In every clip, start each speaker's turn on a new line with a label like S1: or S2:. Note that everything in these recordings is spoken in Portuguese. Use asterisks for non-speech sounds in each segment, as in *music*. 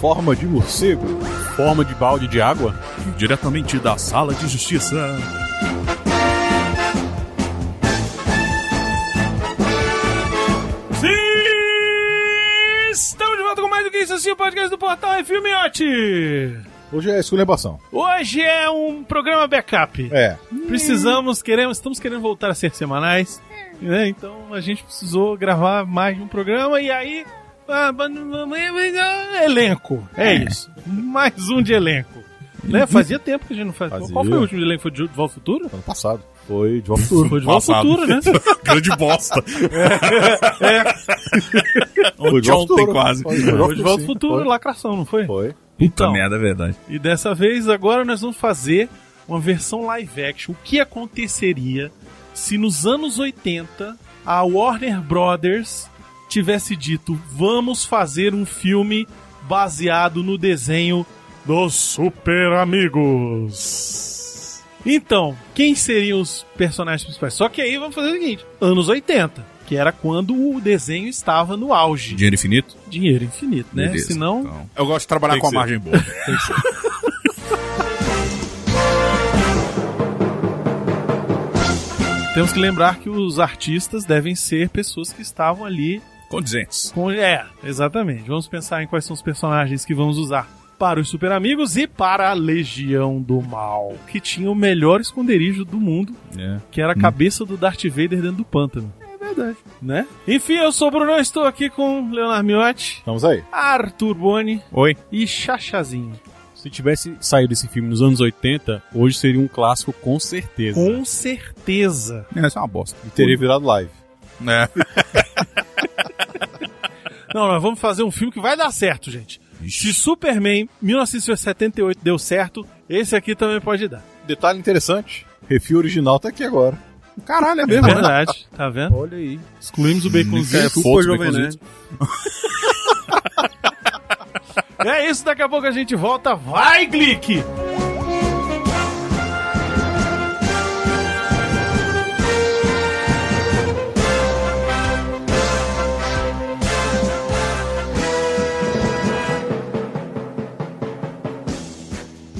S1: Forma de morcego? Forma de balde de água?
S2: Diretamente da Sala de Justiça.
S3: Sim! Estamos de volta com mais do que isso assim, o podcast do Portal é Filmiote.
S1: Hoje é esculebação.
S4: Hoje é um programa backup.
S1: É.
S4: Precisamos, queremos, estamos querendo voltar a ser semanais. né? Então a gente precisou gravar mais de um programa e aí. ah, mas não- mas- mas- ah, Elenco. É isso. Mais um de elenco. Né? Fazia tempo que a gente não fazia.
S1: Fazia.
S4: Qual foi o último de elenco? Foi de Volta
S5: *laughs*
S4: ao Futuro?
S1: Ano passado. Foi de volta ao futuro.
S4: Foi de Volta ao
S2: Passado.
S4: Futuro, né? É,
S2: Grande bosta.
S1: Foi de volta ao
S2: Ontem
S1: futuro.
S2: quase.
S1: Foi de volta ao
S4: Foi de Volta ao
S1: sim.
S4: Futuro,
S1: Foi.
S4: lacração, não foi?
S1: Foi.
S2: Puta
S4: Então.
S2: merda, é verdade.
S4: E dessa vez, agora nós vamos fazer uma versão live action. O que aconteceria se nos anos 80 a Warner Brothers tivesse dito: vamos fazer um filme baseado no desenho dos Super Amigos? Então, quem seriam os personagens principais? Só que aí vamos fazer o seguinte: anos 80, que era quando o desenho estava no auge.
S2: Dinheiro infinito?
S4: Dinheiro infinito, né?
S2: Beleza,
S4: Senão,
S2: então.
S1: Eu gosto de trabalhar
S2: Tem que ser.
S1: boa.
S4: Temos que lembrar que os artistas devem ser pessoas que estavam ali
S2: Condizentes.
S4: com. É, exatamente. Vamos pensar em quais são os personagens que vamos usar para os Super Amigos e para a Legião do Mal, que tinha o melhor esconderijo do mundo, que era a cabeça do Darth Vader dentro do pântano. Hum. É verdade. Né? Enfim, eu sou o Bruno, estou aqui com Leonardo Miotti,
S1: Vamos aí.
S4: Arthur Boni
S5: Oi.
S4: e Chachazinho.
S5: Se tivesse saído esse filme nos anos 80, hoje seria um clássico com certeza.
S4: Com certeza.
S2: É, isso é uma bosta.
S1: E teria virado live.
S2: É.
S4: Não, nós vamos fazer um filme que vai dar certo, gente. Se Superman 1978 deu certo, esse aqui também pode dar.
S1: Detalhe interessante. Refil original tá aqui agora.
S2: Caralho, é
S4: É
S2: mesmo.
S4: verdade, tá vendo?
S5: Olha aí.
S4: Excluímos o baconzinho.
S2: É,
S5: Desculpa,
S2: foda-se,
S5: Jovem
S2: baconzitos.
S5: Nerd.
S4: *laughs* É isso, daqui a pouco a gente volta. Vai, Glick!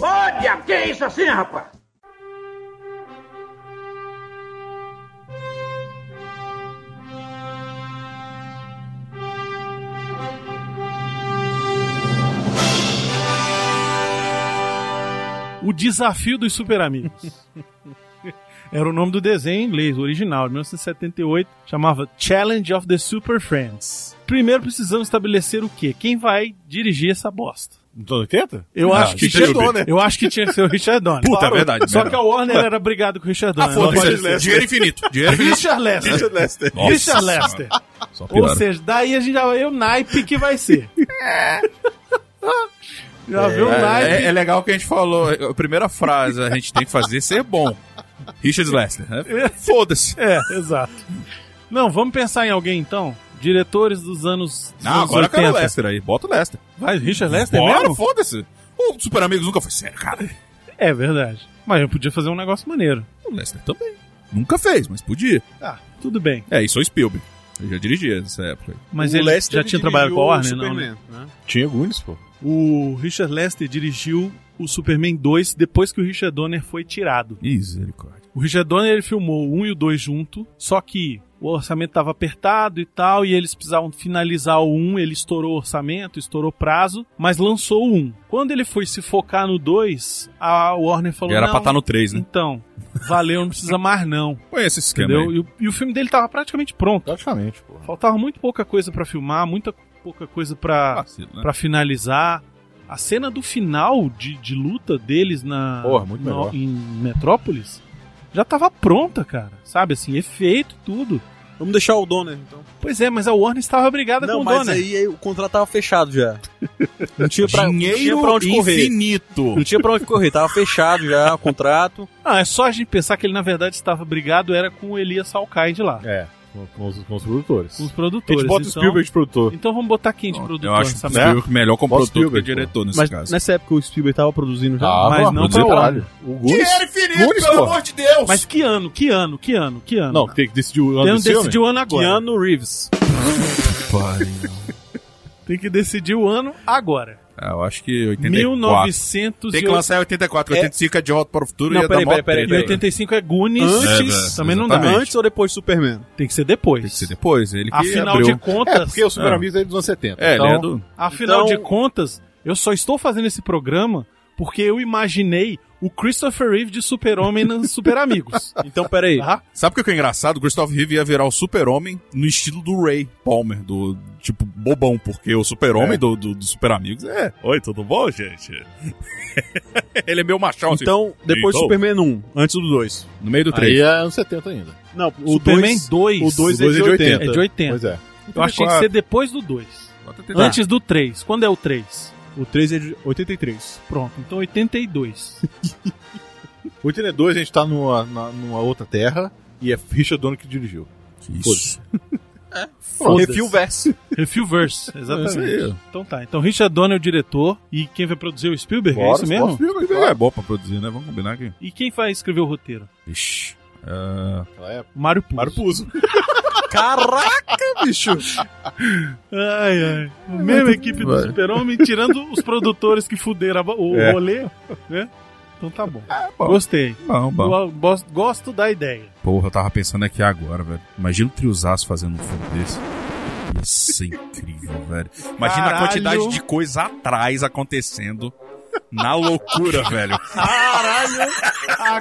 S6: Ô, diabo, que é isso assim, rapaz?
S4: O desafio dos super amigos. *laughs* Era o nome do desenho em inglês, o original, de 1978, chamava Challenge of the Super Friends. Primeiro precisamos estabelecer o quê? Quem vai dirigir essa bosta?
S1: Nos anos 80?
S4: Eu acho que
S2: Ah, Richard
S4: tinha,
S1: Donner.
S4: eu acho que tinha que ser o Richard Donner.
S2: Puta, é verdade,
S4: Só
S2: verdade.
S4: que a Warner era brigada com o Richard Donner. Não pode ser.
S2: Foda-se. Dinheiro infinito. Dinheiro
S4: *laughs*
S2: infinito.
S4: Richard Lester.
S1: Richard Lester.
S2: Nossa
S4: Richard
S2: senhora.
S4: Lester.
S2: Só
S4: Ou
S2: pioraram.
S4: seja, daí a gente já vê o naipe que vai
S2: *laughs*
S4: ser. já vê o naipe.
S2: É, é legal o que a gente falou. é, A primeira frase a gente tem que fazer é ser bom. Richard Lester. né? Foda-se.
S4: É, exato. Não, vamos pensar em alguém então? Diretores dos anos. dos
S2: Não,
S4: anos
S2: agora eu quero o
S4: 80.
S2: Lester aí. Bota o Lester.
S4: Vai, Richard Lester
S2: Bora,
S4: mesmo?
S2: foda-se. O Super Amigos nunca foi sério, cara.
S4: É verdade. Mas eu podia fazer um negócio maneiro.
S2: O Lester também. Nunca fez, mas podia.
S4: Ah, tudo bem.
S2: É, isso é o Spielberg. Eu já dirigia nessa época.
S4: Mas ele já tinha trabalhado com a Warner, não? Né?
S1: Tinha Guinness, pô.
S4: O Richard Lester dirigiu o Superman 2 depois que o Richard Donner foi tirado.
S2: Misericórdia.
S4: O Richard Donner ele filmou o 1 e o 2 junto, só que o orçamento estava apertado e tal, e eles precisavam finalizar o 1, ele estourou o orçamento, estourou o prazo, mas lançou o 1. Quando ele foi se focar no 2, a Warner falou,
S2: Já era
S4: não,
S2: pra estar no 3, né?
S4: então, valeu, não precisa mais
S2: *laughs*
S4: não,
S2: Conhece esse esquema
S4: entendeu?
S2: aí.
S4: E o, e o filme dele tava praticamente pronto.
S1: Praticamente, pô.
S4: Faltava muito pouca coisa pra filmar, muita pouca coisa pra,
S2: Vacilo, né?
S4: pra finalizar. A cena do final de, de luta deles na
S1: Porra, muito
S4: no-
S1: melhor.
S4: em Metrópolis já tava pronta, cara. Sabe assim, efeito, tudo.
S5: Vamos deixar o Donner, então.
S4: Pois é, mas a Warner estava brigada
S5: não,
S4: com o
S5: mas
S4: Donner.
S5: aí, é- aí o contrato tava fechado já. Não tinha pra,
S2: um
S5: não tinha pra onde correr.
S2: infinito.
S5: Não tinha pra onde correr, tava fechado já o contrato.
S4: Ah, é só a gente pensar que ele, na verdade, estava brigado era com o Elias Salkai de lá,
S1: É, com, com os, com os produtores.
S4: com os
S1: a
S4: produtores.
S1: gente bota o
S4: então,
S1: Spielberg de produtor.
S4: então vamos botar quem de produtor
S2: Eu acho
S4: nessa
S2: o
S4: merda?
S2: Spielberg melhor como
S1: Bota o
S2: produtor do que
S1: Spielberg, pô.
S2: diretor nesse
S5: Mas
S2: caso.
S5: nessa época o Spielberg tava produzindo já.
S1: Ah,
S4: mas
S1: pô,
S4: não
S1: produzir
S4: pra
S1: caralho. O Goonies?
S2: é infinito,
S1: Goonies, pô.
S2: de Deus!
S4: Mas que ano, que ano, que ano, que ano?
S1: Não, tem que decidir o ano
S5: um
S4: Tem
S1: desse
S4: que decidir o ano né? é agora.
S5: Keanu Reeves.
S4: Tem que decidir o ano agora.
S2: Ah, eu acho que 84.
S4: 1985
S2: Tem que lançar em 84, 85 é, de Volta para o Futuro
S5: Não,
S2: e ia
S5: peraí,
S2: dar mó
S5: peraí, peraí,
S4: e
S2: treta.
S4: 85 é Goonies.
S2: Antes- É,
S4: também não
S2: exatamente.
S4: dá.
S5: Antes ou depois do Superman?
S4: Tem que ser depois.
S2: Tem que ser depois, ele que
S4: Afinal
S2: abriu.
S4: de contas,
S1: É, porque o Super
S2: Ah.
S1: Amigos é dos anos 70.
S2: É, ele é
S4: Então-
S2: do...
S4: afinal
S5: Então-
S4: de contas, eu só estou fazendo esse programa porque eu imaginei o Christopher Reeve de Super-Homem nos Super Amigos.
S5: Então, peraí.
S4: Tá?
S2: Sabe o que é engraçado? O Christopher Reeve ia virar o super-homem no estilo do Ray Palmer, do tipo bobão, porque o super-homem do, do, do Super Amigos é. Oi, tudo bom, gente? *laughs* ele é meio machão, assim.
S5: Então, depois do
S2: Então.
S5: Superman 1, antes do 2.
S2: No meio do
S1: Aí
S2: três
S1: é anos 70 ainda.
S5: Não, o
S4: Superman
S5: 2.
S4: 2.
S5: O 2 é
S1: O dois
S5: de 80.
S4: é de 80.
S1: Pois é.
S4: Eu achei que ia ser depois do 2.
S2: Tá.
S4: Antes do 3. Quando é o 3?
S5: O 3 é de 83.
S4: Pronto, então 82. *laughs*
S1: 82 a gente tá numa, na- numa outra terra e é Richard Donner que dirigiu.
S2: Isso.
S4: Foda-se.
S5: Refil verso.
S4: Refilverse, exatamente.
S2: É isso aí.
S4: então tá. Então Richard Donner é o diretor e quem vai produzir é o Spielberg, é isso mesmo?
S2: É, é bom pra produzir, né? Vamos combinar aqui.
S4: E quem vai escrever o roteiro?
S2: Ixi. Ah,
S1: Naquela época.
S4: O Mário Puzo.
S1: Mário Puzo.
S5: Caraca, bicho.
S4: Ai, ai. A mesma equipe do Super-Homem, tirando os produtores que fuderam a ba- o
S2: É.
S4: rolê, né? Então tá bom.
S2: bom.
S4: Gostei.
S2: bom, bom.
S4: Eu gos- Gosto da ideia.
S2: Porra, eu tava pensando aqui agora, velho. Imagina o Triozaço fazendo um filme desse. Isso é incrível, velho. Imagina
S4: Caralho.
S2: a quantidade de coisa atrás acontecendo. Na loucura, *laughs* velho.
S4: Agora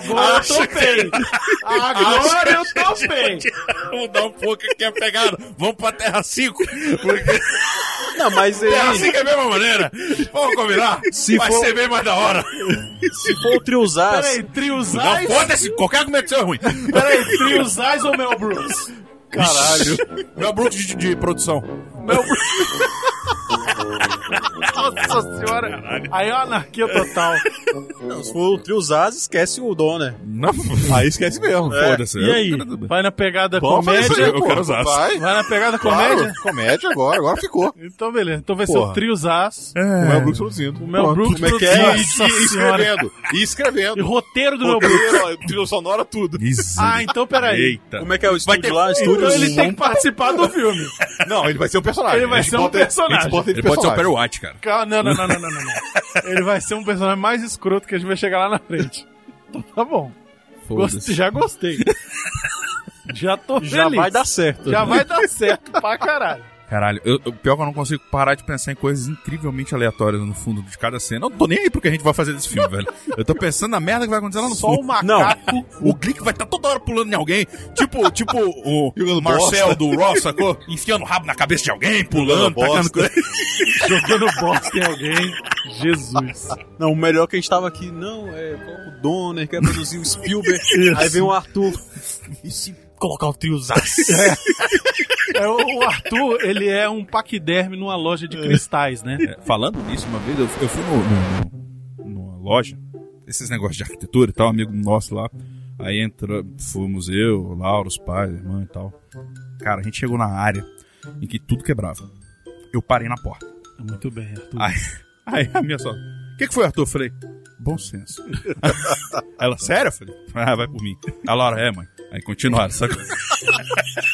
S4: eu topei! Agora eu topei!
S2: *laughs* Mudar um pouco aqui a pegada. Vamos pra Terra 5.
S5: Não, mas
S2: Terra
S5: aí,
S2: 5 é a mesma maneira. Vamos combinar?
S5: Se
S2: Vai
S5: for-
S2: ser bem mais da hora.
S5: se for o Triozás,
S4: Peraí,
S2: Não,
S4: Triozais?
S2: foda-se. Qualquer argumento seu é ruim.
S4: Peraí, Triozais ou Mel Brooks?
S5: caralho.
S2: Meu bruto de, de produção.
S4: Nossa senhora! Aí é uma anarquia total.
S5: Não, se for o Triozás, esquece o Donner.
S2: Não,
S1: Aí esquece mesmo.
S2: foda-se.
S4: E aí? Vai na pegada comédia?
S2: eu quero usar.
S1: Vai.
S4: Vai na pegada
S1: Claro,
S4: comédia?
S1: comédia agora, agora ficou.
S4: Então, beleza. Então vai ser
S1: Porra.
S4: o Triozás.
S2: É.
S1: O
S5: é
S1: Mel Brooks produzindo.
S4: O Mel
S1: Pronto.
S4: Brooks
S1: Como é que é?
S4: produzindo.
S1: E,
S4: Nossa
S1: e
S4: senhora.
S1: escrevendo. E
S4: E
S1: escrevendo.
S4: roteiro do Mel Brooks.
S1: Roteiro, trilha sonora, tudo.
S4: Ah, então peraí.
S2: Eita.
S5: Como é que é o estúdio lá? Estúdio
S4: Então ele tem que participar do filme.
S1: Não, ele vai ser um personagem.
S4: Ele vai
S1: A gente
S4: ser um
S1: bota-
S4: personagem.
S1: a gente bota
S2: Ele pode ser um o
S1: personagem.
S2: Perry White, cara.
S4: Calma, Não, não, não, não, não, não, não. Ele vai ser um personagem mais escroto que a gente vai chegar lá na frente. Então tá bom. Gost- Já gostei. Já tô feliz.
S5: Já vai dar certo.
S4: Já vai dar certo pra caralho.
S2: Caralho, eu, eu- pior que eu não consigo parar de pensar em coisas incrivelmente aleatórias no fundo de cada cena. Eu não tô nem aí pro que a gente vai fazer desse filme, velho. Eu tô pensando na merda que vai acontecer lá no
S4: Só o
S2: fundo.
S4: macaco.
S2: O Glick vai estar toda hora pulando em alguém. Tipo, tipo o Marcel do Ross, sacou? Enfiando o rabo na cabeça de alguém, pulando,
S1: Jogando bosta.
S2: tacando coisa.
S4: jogando bosta em alguém. Jesus.
S5: Não, o melhor é que a gente tava aqui, não, é coloca o Donner, quer produzir o
S2: *laughs*
S5: Spielberg. aí vem o Arthur. E se colocar o Triozás?
S4: É, o o Arthur, ele é um paquiderme numa loja de cristais, né?
S2: É, falando nisso, uma vez eu, eu fui no, no- no- numa loja, esses negócios de arquitetura e tal, um amigo nosso lá. Aí entra, fomos eu, Laura, os pais, a irmã e tal. Cara, a gente chegou na área em que tudo quebrava. Eu parei na porta.
S4: Muito bem, Arthur.
S2: Aí, aí a minha só. O que, que foi, Arthur? Eu falei, bom senso. *laughs* Ela, sério? Eu falei, ah, vai por mim. A Laura, é, mãe. Aí continuaram, sabe?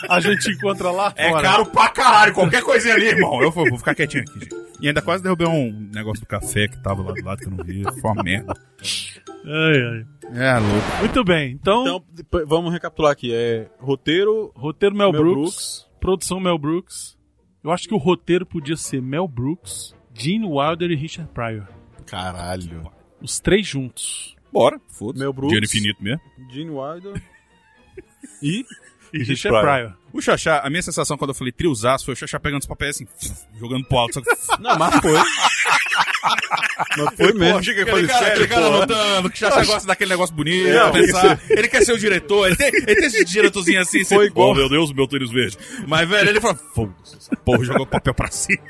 S4: A gente encontra lá
S2: É
S4: fora.
S2: caro pra caralho, qualquer coisinha ali, irmão. Eu vou, vou ficar quietinho aqui, gente. E ainda quase derrubei um negócio do café que tava lá do lado que eu não vi. Foi uma merda.
S4: Ai, ai.
S2: É, louco.
S4: Muito bem, então,
S5: Então, depois- vamos recapitular aqui. É roteiro,
S4: roteiro Mel,
S5: Mel
S4: Brooks,
S5: Brooks.
S4: produção Mel Brooks. Eu acho que o roteiro podia ser Mel Brooks, Gene Wilder e Richard Pryor.
S1: Caralho.
S4: Os três juntos.
S2: Bora, foda-se.
S5: Mel Brooks.
S2: Dinheiro infinito mesmo.
S5: Gene Wilder.
S4: E, e
S5: Richard
S4: Richard Pryor.
S2: O Xaxá, a minha *laughs* sensação quando eu falei triozaço foi o Xaxá pegando os papéis assim, jogando pro alto. Só que
S5: Não, mas foi.
S1: Mas foi mesmo.
S2: chega
S1: e fala,
S2: aquele cara,
S1: "Sério,
S2: aquele cara
S1: porra?"
S2: lutando, que já você gosta daquele negócio bonito, pensar. Ele quer ser o diretor, ele tem, ele tem esse diretorzinho assim, Foi igual. Oh, meu Deus, meu tênis verde. Mas, velho, ele fala, foda-se, essa porra, jogou papel pra cima.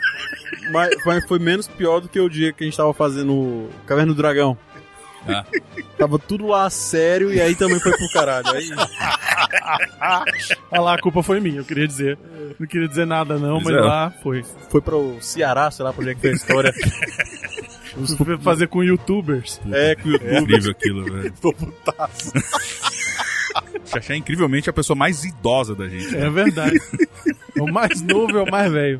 S5: Mas, mas foi menos pior do que o dia que a gente tava fazendo o Caverna do Dragão.
S2: Ah.
S5: Tava tudo lá sério e aí também foi pro caralho. Aí,
S4: Ah lá, a culpa foi minha, eu queria dizer. Não queria dizer nada, não,
S2: Pois
S4: mas
S2: é.
S4: lá foi.
S5: foi pro Ceará, sei lá, pra onde é que foi a história.
S4: Fui fazer com youtubers.
S5: É, que o
S2: É
S5: YouTube.
S2: incrível aquilo, velho. Tô *laughs* putaço. Xaxá é incrivelmente a pessoa mais idosa da gente. né?
S4: É verdade. É O mais novo é o mais velho.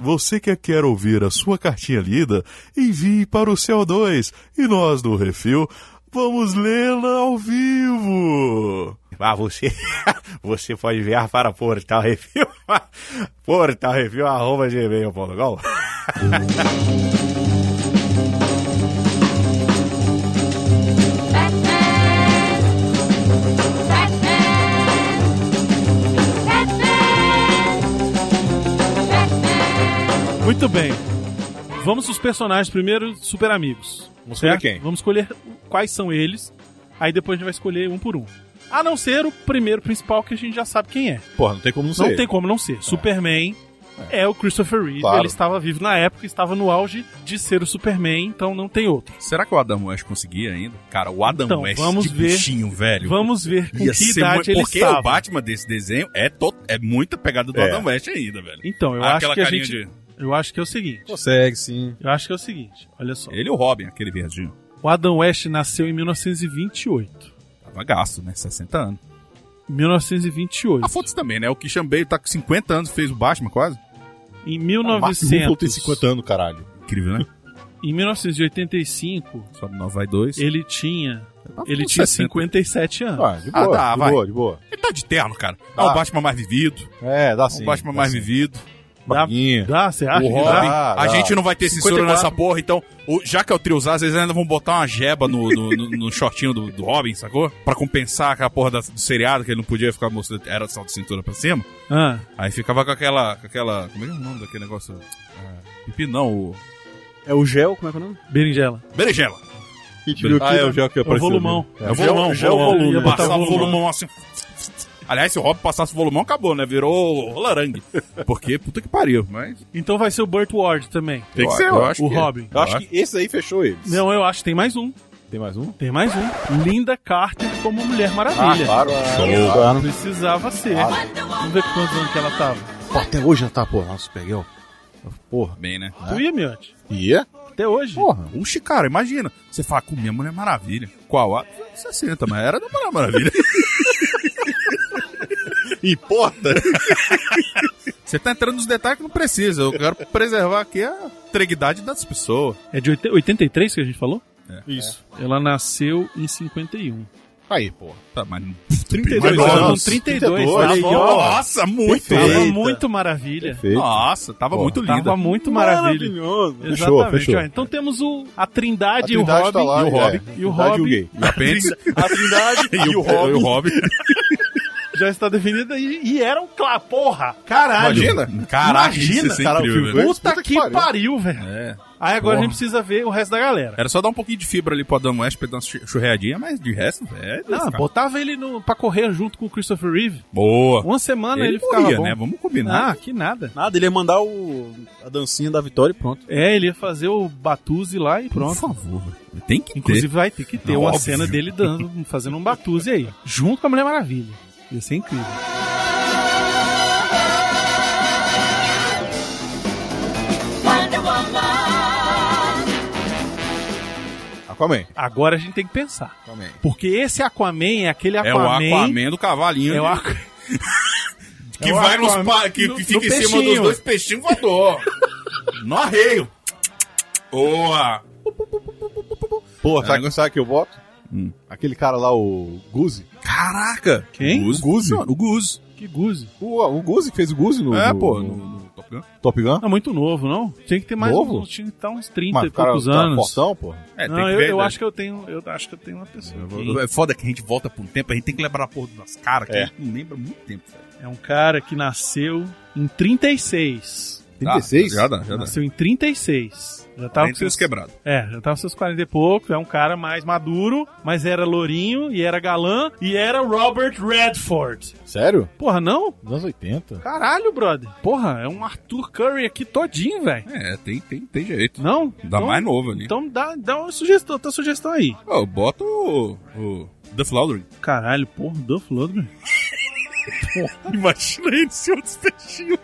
S7: Você que quer ouvir a sua cartinha lida, envie para o CO2 e nós do Refil vamos lê-la ao vivo. Ah, você, *laughs* você pode enviar para Portal Refil, *laughs* Portal Refil, arroba gmail.com.
S8: Batman. Batman. Batman. Batman.
S4: Muito bem. Vamos os personagens primeiro, super amigos.
S1: Vamos escolher
S4: certo?
S1: quem?
S4: Vamos escolher quais são eles. Aí depois a gente vai escolher um por um. A não ser o primeiro principal que a gente já sabe quem é.
S1: Porra, não tem como não
S4: Não
S1: ser.
S4: tem como não ser. Superman é. o Christopher Reeve.
S1: Claro.
S4: Ele estava vivo na época, estava no auge de ser o Superman, então não tem outro.
S2: Será que o Adam West conseguia ainda? Cara, o Adam
S4: Então,
S2: West
S4: vamos
S2: de
S4: ver.
S2: bichinho, velho.
S4: Vamos ver com
S2: Ia
S4: que
S2: ser
S4: idade
S2: muito-
S4: ele
S2: Porque
S4: estava.
S2: o Batman desse desenho é, to... é muita pegada do
S1: É.
S2: Adam West ainda, velho.
S4: Então, eu acho
S2: Aquela
S4: que a
S2: carinha
S4: gente...
S2: de...
S4: Eu acho que é o seguinte.
S5: Consegue, sim.
S4: Eu acho que é o seguinte, olha só.
S2: Ele e o Robin, aquele verdinho.
S4: O Adam West nasceu em 1928.
S2: Tava gasto, né? 60 anos. A
S1: Ah,
S4: 1928.
S2: fotos também, né? O Christian Bale tá com 50 anos, fez o Batman quase.
S1: Ah,
S4: Em
S1: O Mark Ruffalo tem
S4: 1900.
S1: 50 anos, caralho.
S2: Incrível, né?
S4: *laughs* Em 1985,
S2: Sobe Nova vai 2.
S4: ele tinha,
S2: tá
S4: ele
S2: com
S4: tinha
S2: 60.
S4: 57 anos.
S1: Ah, de
S2: Ah,
S1: boa,
S2: tá,
S1: de
S2: vai.
S1: boa, de boa.
S2: Ele tá de terno, cara. É
S1: Ah.
S2: o Batman mais vivido.
S1: É, dá
S2: É
S1: sim.
S2: o Batman
S4: tá
S1: dá
S2: mais
S1: sim.
S2: vivido.
S1: Baguinho.
S4: Dá, você acha?
S2: o
S4: que
S2: Robin.
S4: dá?
S1: dá,
S2: a
S1: dá.
S2: gente não vai ter censura
S5: 54.
S2: nessa porra, então, o- já que é o triozar, eles ainda vão botar uma jeba no, no, no- no shortinho do, do Robin, sacou? Pra compensar aquela porra da- do seriado, que ele não podia ficar mostrando, era só de cintura pra cima.
S4: Ah,
S2: Aí ficava com aquela, com aquela, como é que é o nome daquele negócio? Ah, pipi não, o...
S5: É o gel, como é que é o nome?
S4: berinjela.
S2: Berigela.
S1: A gente viu
S5: Ah,
S1: aqui,
S5: é o
S1: né? gel que
S4: É o volumão.
S2: É o volumão,
S4: já é o volume. Ia botar
S2: Passava o
S4: volume.
S2: volumão assim. Aliás, se o Robin passasse o volumão, acabou, né? Virou larangue. Porque, puta que pariu, mas...
S4: Então vai ser o Burt Ward também.
S1: Tem que ser,
S2: eu
S1: ó.
S2: acho
S4: o
S2: que é.
S4: Robin.
S1: Eu acho que esse aí fechou eles.
S4: Não, eu acho que tem mais um.
S1: Tem mais um?
S4: Tem mais um. Linda Carter como Mulher Maravilha.
S1: Ah, claro. é.
S2: Show.
S1: Claro.
S4: Precisava ser. Vamos ver quantos anos que ela tava.
S1: Pô, até hoje já tá, porra, nossa, peguei, ó. Porra.
S2: Bem, né?
S4: Tu ia, Miotti?
S1: Ia?
S4: Até hoje.
S2: Porra, oxe, cara, imagina. Você fala com minha Mulher é Maravilha. Qual? A 60, mas era da Mulher Maravilha.
S1: Importa.
S2: Você tá entrando nos detalhes que não precisa. Eu quero preservar aqui a treguidade das pessoas.
S4: É de 80 83 que a gente falou?
S1: Isso.
S4: Ela nasceu em 51.
S1: Aí, porra.
S2: Tá, mas.
S1: 32
S4: Ela
S1: anos.
S4: com 32.
S1: Olha
S4: Tava,
S1: aí,
S4: ó,
S2: Nossa, muito!
S4: tava
S1: Perfeita.
S4: muito maravilha.
S1: Perfeito.
S2: Nossa, tava
S1: Porra,
S2: muito linda.
S4: Tava muito maravilha.
S5: Maravilhoso.
S1: Fechou,
S4: Exatamente.
S1: fechou.
S4: ó. então temos o, a Trindade, e o
S1: Trindade
S4: Robin.
S1: tá lá,
S4: e o
S1: é.
S4: Robin. E o
S1: Trindade e o
S4: Robin
S1: gay.
S2: E o apêndice.
S5: A
S1: *laughs*
S5: Trindade
S2: e o Robin.
S4: já está definida e, e era um clá, porra. Caralho.
S2: Imagina? Caraca,
S1: Imagina,
S2: isso é
S1: cara, o
S2: incrível,
S1: filme
S2: velho.
S4: Puta
S1: Puta que
S4: que
S1: pariu.
S4: pariu, velho.
S2: É.
S4: Aí agora a
S2: Porra.
S4: gente precisa ver o resto da galera.
S2: Era só dar um pouquinho de fibra ali pro Adam West pra ele dar uma chu- churreadinha, mas de resto, velho.
S4: Não,
S2: cara.
S4: botava ele no, pra correr junto com o Christopher Reeve.
S2: Boa.
S4: Uma semana ele, ficava
S2: morria,
S4: bom.
S2: né? Vamos combinar.
S4: Ah, que nada.
S5: Nada, ele ia mandar o, a dancinha da vitória e pronto.
S4: É, ele ia fazer o Batuze lá e
S2: Por
S4: pronto.
S2: favor, velho. Tem que
S4: Inclusive vai ter que ter
S2: Não,
S4: uma
S2: óbvio.
S4: cena dele dando, fazendo um Batuze aí. Junto com a Mulher Maravilha. Ia ser incrível.
S8: Wonder Woman.
S1: Aquaman.
S4: Agora a gente tem que pensar.
S1: Aquaman.
S4: Porque esse Aquaman é aquele
S2: É o
S4: Aquaman...
S2: Aquaman do cavalinho.
S4: É o
S2: de-
S4: Aqu-
S2: *laughs* Que
S4: É o
S2: vai nos
S4: Aquaman
S2: pa... que,
S4: no-
S2: que fica
S4: no
S2: em cima
S4: peixinho.
S2: dos dois peixinhos voador. no arreio. Boa.
S1: Porra,
S2: É,
S1: sabe, sabe que eu boto?
S2: Hum.
S1: Aquele cara lá, o Guzi.
S2: Caraca.
S4: Quem?
S2: O Guzi. O Guzi.
S4: Que guze.
S1: O, o Guzi que fez o Guzi no...
S2: É,
S1: no-
S2: pô.
S1: no-
S2: No, no Top Top Gun?
S1: Top Gun?
S4: É muito novo, não? Tinha que ter mais
S1: Novo?
S4: uns, tinha que estar uns 30
S1: Mas
S4: e
S1: o cara
S4: poucos
S1: tá
S4: anos.
S1: fortão, pô.
S2: É,
S4: não, eu,
S2: ver,
S4: eu
S2: né?
S4: acho que eu tenho, eu acho que eu tenho uma pessoa. que
S2: É foda que a gente volta pra um tempo, a gente tem que lembrar a porra das caras, que a gente não lembra há muito tempo. velho.
S4: É um cara que nasceu em 36.
S2: Tá, já dá, já dá.
S4: Nasceu em 36. Já tava
S2: Tá
S4: com
S2: entre os
S4: seus,
S2: quebrados.
S4: é, já tava com seus 40 e pouco, é um cara mais maduro, mas era lourinho e era galã e era Robert Redford.
S1: Sério?
S4: Porra, não?
S1: Nos anos 80?
S4: Caralho, brother. Porra, é um Arthur Curry aqui todinho, velho.
S2: É, tem, tem, tem jeito.
S4: Não?
S2: Dá mais novo ali.
S4: Então dá, dá uma sugestão, tua sugestão aí.
S2: Ô, bota Ah, o. o Duff Lauderdale.
S4: Caralho, porra, Duff Lundgren.
S2: Imagina ele se eu despeixinho.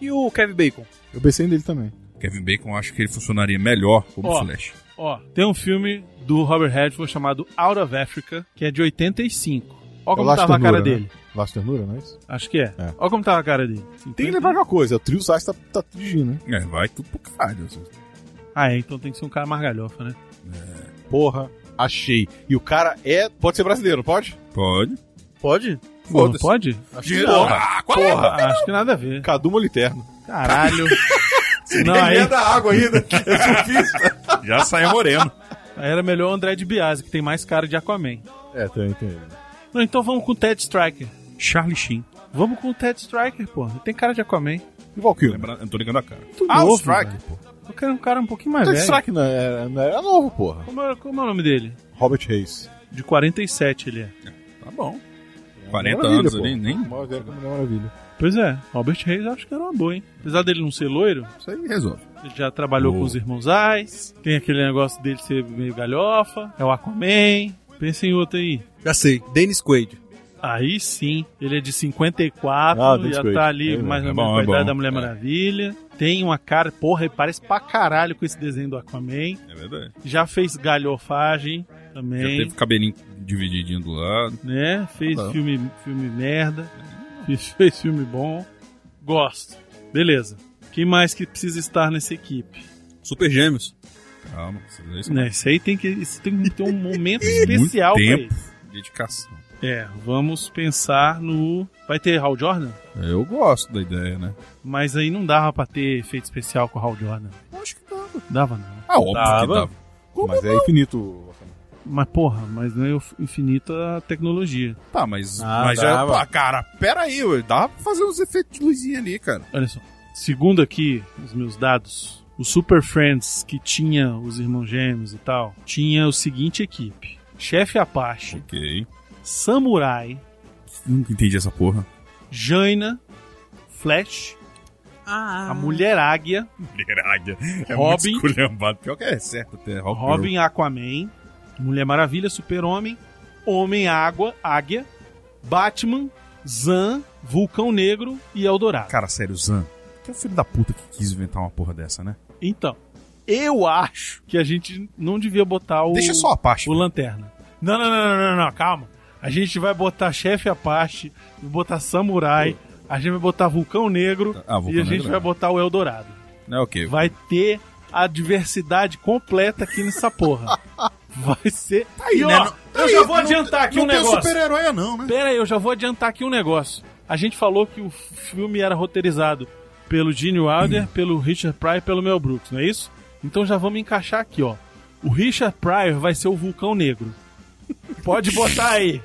S5: E o Kevin Bacon?
S1: Eu pensei nele também.
S2: Kevin Bacon, acho que ele funcionaria melhor como
S4: Ó.
S2: Flash.
S4: Ó, tem um filme do Robert Redford chamado Out of Africa, que é de 85. Ó como
S1: Laço
S4: tava a cara
S1: Ternura, né?
S4: dele.
S1: Laço Ternura, não é isso?
S4: Acho que é.
S1: É.
S4: Ó como tava a cara dele.
S1: Tem que lembrar de uma coisa, o trio Sainz tá, tá dirigindo, né?
S2: É, vai tudo pro caralho. assim.
S4: Ah, é, então tem que ser um cara margalhofa, né?
S1: Porra, achei. E o cara é... Pode ser brasileiro, pode?
S2: Pode.
S4: Pode? Não
S2: Foda-se.
S4: pode?
S1: Acho que não.
S2: Ah, qual é?
S1: Porra.
S4: Ah, acho que nada a ver.
S1: Cadu Moliterno. *laughs*
S4: Caralho. Não, aí,
S1: água ainda.
S2: *laughs* Já saiu moreno.
S4: aí era melhor o André de Biasi, que tem mais cara de Aquaman.
S1: é, também tem ele.
S4: Não, então vamos com o Ted Striker.
S2: Charlie Sheen.
S4: Vamos com o Ted Striker, pô. Ele tem cara de Aquaman.
S1: E Valkyrie?
S2: Lembra... Eu tô ligando a cara.
S4: Muito
S1: Ah, o
S4: novo,
S1: Strike,
S4: velho. Eu quero um cara um pouquinho mais
S1: Tá de
S4: velho.
S1: Strike não é, não é novo, porra.
S4: Como é, como é o nome dele?
S1: Robert Reis.
S4: De 47 ele é.
S2: Tá bom. 40
S1: Maravilha,
S2: anos
S1: pô.
S2: ali, nem.
S1: Maior velho que um a Mulher Maravilha.
S4: Pois é, Robert Reis eu acho que era uma boa, hein? Apesar dele não ser loiro,
S2: Isso aí resolve.
S4: ele já trabalhou
S2: Boa.
S4: com os irmãos Ais, tem aquele negócio dele ser meio galhofa, é o Aquaman. Pensa em outro aí.
S5: Já sei, Dennis Quaid.
S4: Aí sim, ele é de 54, já
S1: Ah, Dennis
S4: tá
S1: Quaid.
S4: ali
S1: É,
S4: mais
S2: é
S4: ou
S2: bom,
S4: menos com a
S2: é
S4: idade
S2: bom.
S4: da Mulher
S2: É.
S4: Maravilha. Tem uma cara, porra, e parece pra caralho com esse desenho do Aquaman.
S2: É verdade.
S4: Já fez galhofagem
S2: Já
S4: também,
S2: teve cabelinho divididinho do lado.
S4: né? Fez
S2: Tá bom.
S4: filme, filme merda, fez, *laughs* fez filme bom. Gosto. Beleza. Quem mais que precisa estar nessa equipe?
S5: Super Gêmeos.
S2: Calma, você vê isso. é
S4: Né, isso aí tem que, isso tem que ter um momento especial pra
S2: tempo.
S4: isso.
S2: Dedicação.
S4: É, vamos pensar no. Vai ter Hal Jordan?
S2: Eu gosto da ideia, né?
S4: Mas aí não dava pra ter efeito especial com o Hal Jordan.
S2: Acho que dá.
S4: Dava não.
S2: Ah, óbvio
S1: Dava.
S2: que dava.
S1: Mas é infinito.
S4: Mas porra, mas não é of- infinita a tecnologia.
S2: Tá, mas.
S1: Ah,
S2: mas já.
S1: dava.
S2: Pá, cara, pera aí, ué. Dava pra fazer uns efeitos de luzinha ali, cara.
S4: Olha só. Segundo aqui os meus dados, o Super Friends que tinha os irmãos gêmeos e tal, tinha o seguinte equipe: Chefe Apache,
S2: Ok.
S4: Samurai,
S2: Nunca entendi essa porra.
S4: Jaina, Flash,
S5: Ah,
S4: a Mulher Águia,
S2: Mulherada. É
S4: Robin.
S2: muito esculhambado. Pior que é certo até. Robin.
S4: Robin, Aquaman, Mulher Maravilha, Super-Homem, Homem-Água, Águia, Batman, Zan, Vulcão Negro e Eldorado.
S2: Cara, sério, Zan. Que é o filho da puta que quis inventar uma porra dessa, né?
S4: Então, eu acho que a gente não devia botar o,
S2: Deixa só a parte.
S4: o Lanterna. Não, não, não, não, não, não, calma. A gente vai botar Chefe Apache, vai botar Samurai, a gente vai botar Vulcão Negro
S2: Ah, vou
S4: e a gente vai botar o Eldorado.
S2: É ok.
S4: Vai ter a diversidade completa aqui nessa porra.
S2: *laughs*
S4: Vai ser. e, ó,
S2: né? Não-
S4: eu já vou adiantar aqui um negócio.
S2: super-herói, não, né?
S4: Pera aí, eu já vou adiantar aqui um negócio. A gente falou que o filme era roteirizado pelo Gene Wilder, pelo Richard Pryor e pelo Mel Brooks, não é isso? Então já vamos encaixar aqui, ó. O Richard Pryor vai ser o Vulcão Negro. Pode botar aí.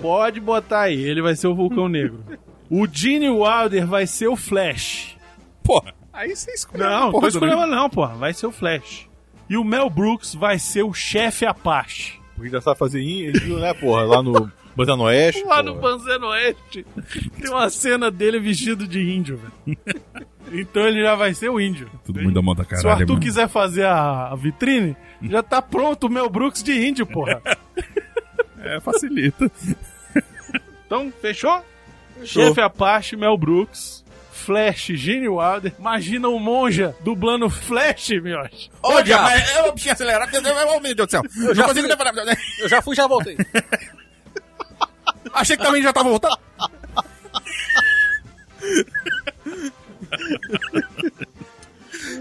S4: Pode botar aí, ele vai ser o Vulcão Negro. O Gene Wilder vai ser o Flash.
S2: Porra. Aí você escolheu.
S4: Não,
S2: porra,
S4: tô escolhendo não, porra. Vai ser o Flash. E o Mel Brooks vai ser o chefe Apache.
S1: Porque já sabe fazer in, in, né, porra? Lá no Bantano Oeste.
S4: Lá
S1: porra.
S4: no Banzano Oeste tem uma cena dele vestido de índio,
S2: *laughs*
S4: velho. Então ele já vai ser o índio.
S2: Tudo muito da mão da
S4: Se o
S2: caralho.
S4: Arthur
S2: mano.
S4: quiser fazer a a vitrine, já tá pronto o Mel Brooks de índio,
S2: *laughs*
S4: porra.
S2: É, facilita.
S4: Então, fechou? Chefe Apache, Mel Brooks, Flash, Gene Wilder. Imagina o Monja dublando Flash, miote.
S5: Olha,
S2: mas é, eu tinha acelerado. Meu Deus do céu. Eu
S5: já consigo
S2: deparar.
S5: eu já fui, já voltei.
S2: Achei que também já tava voltando.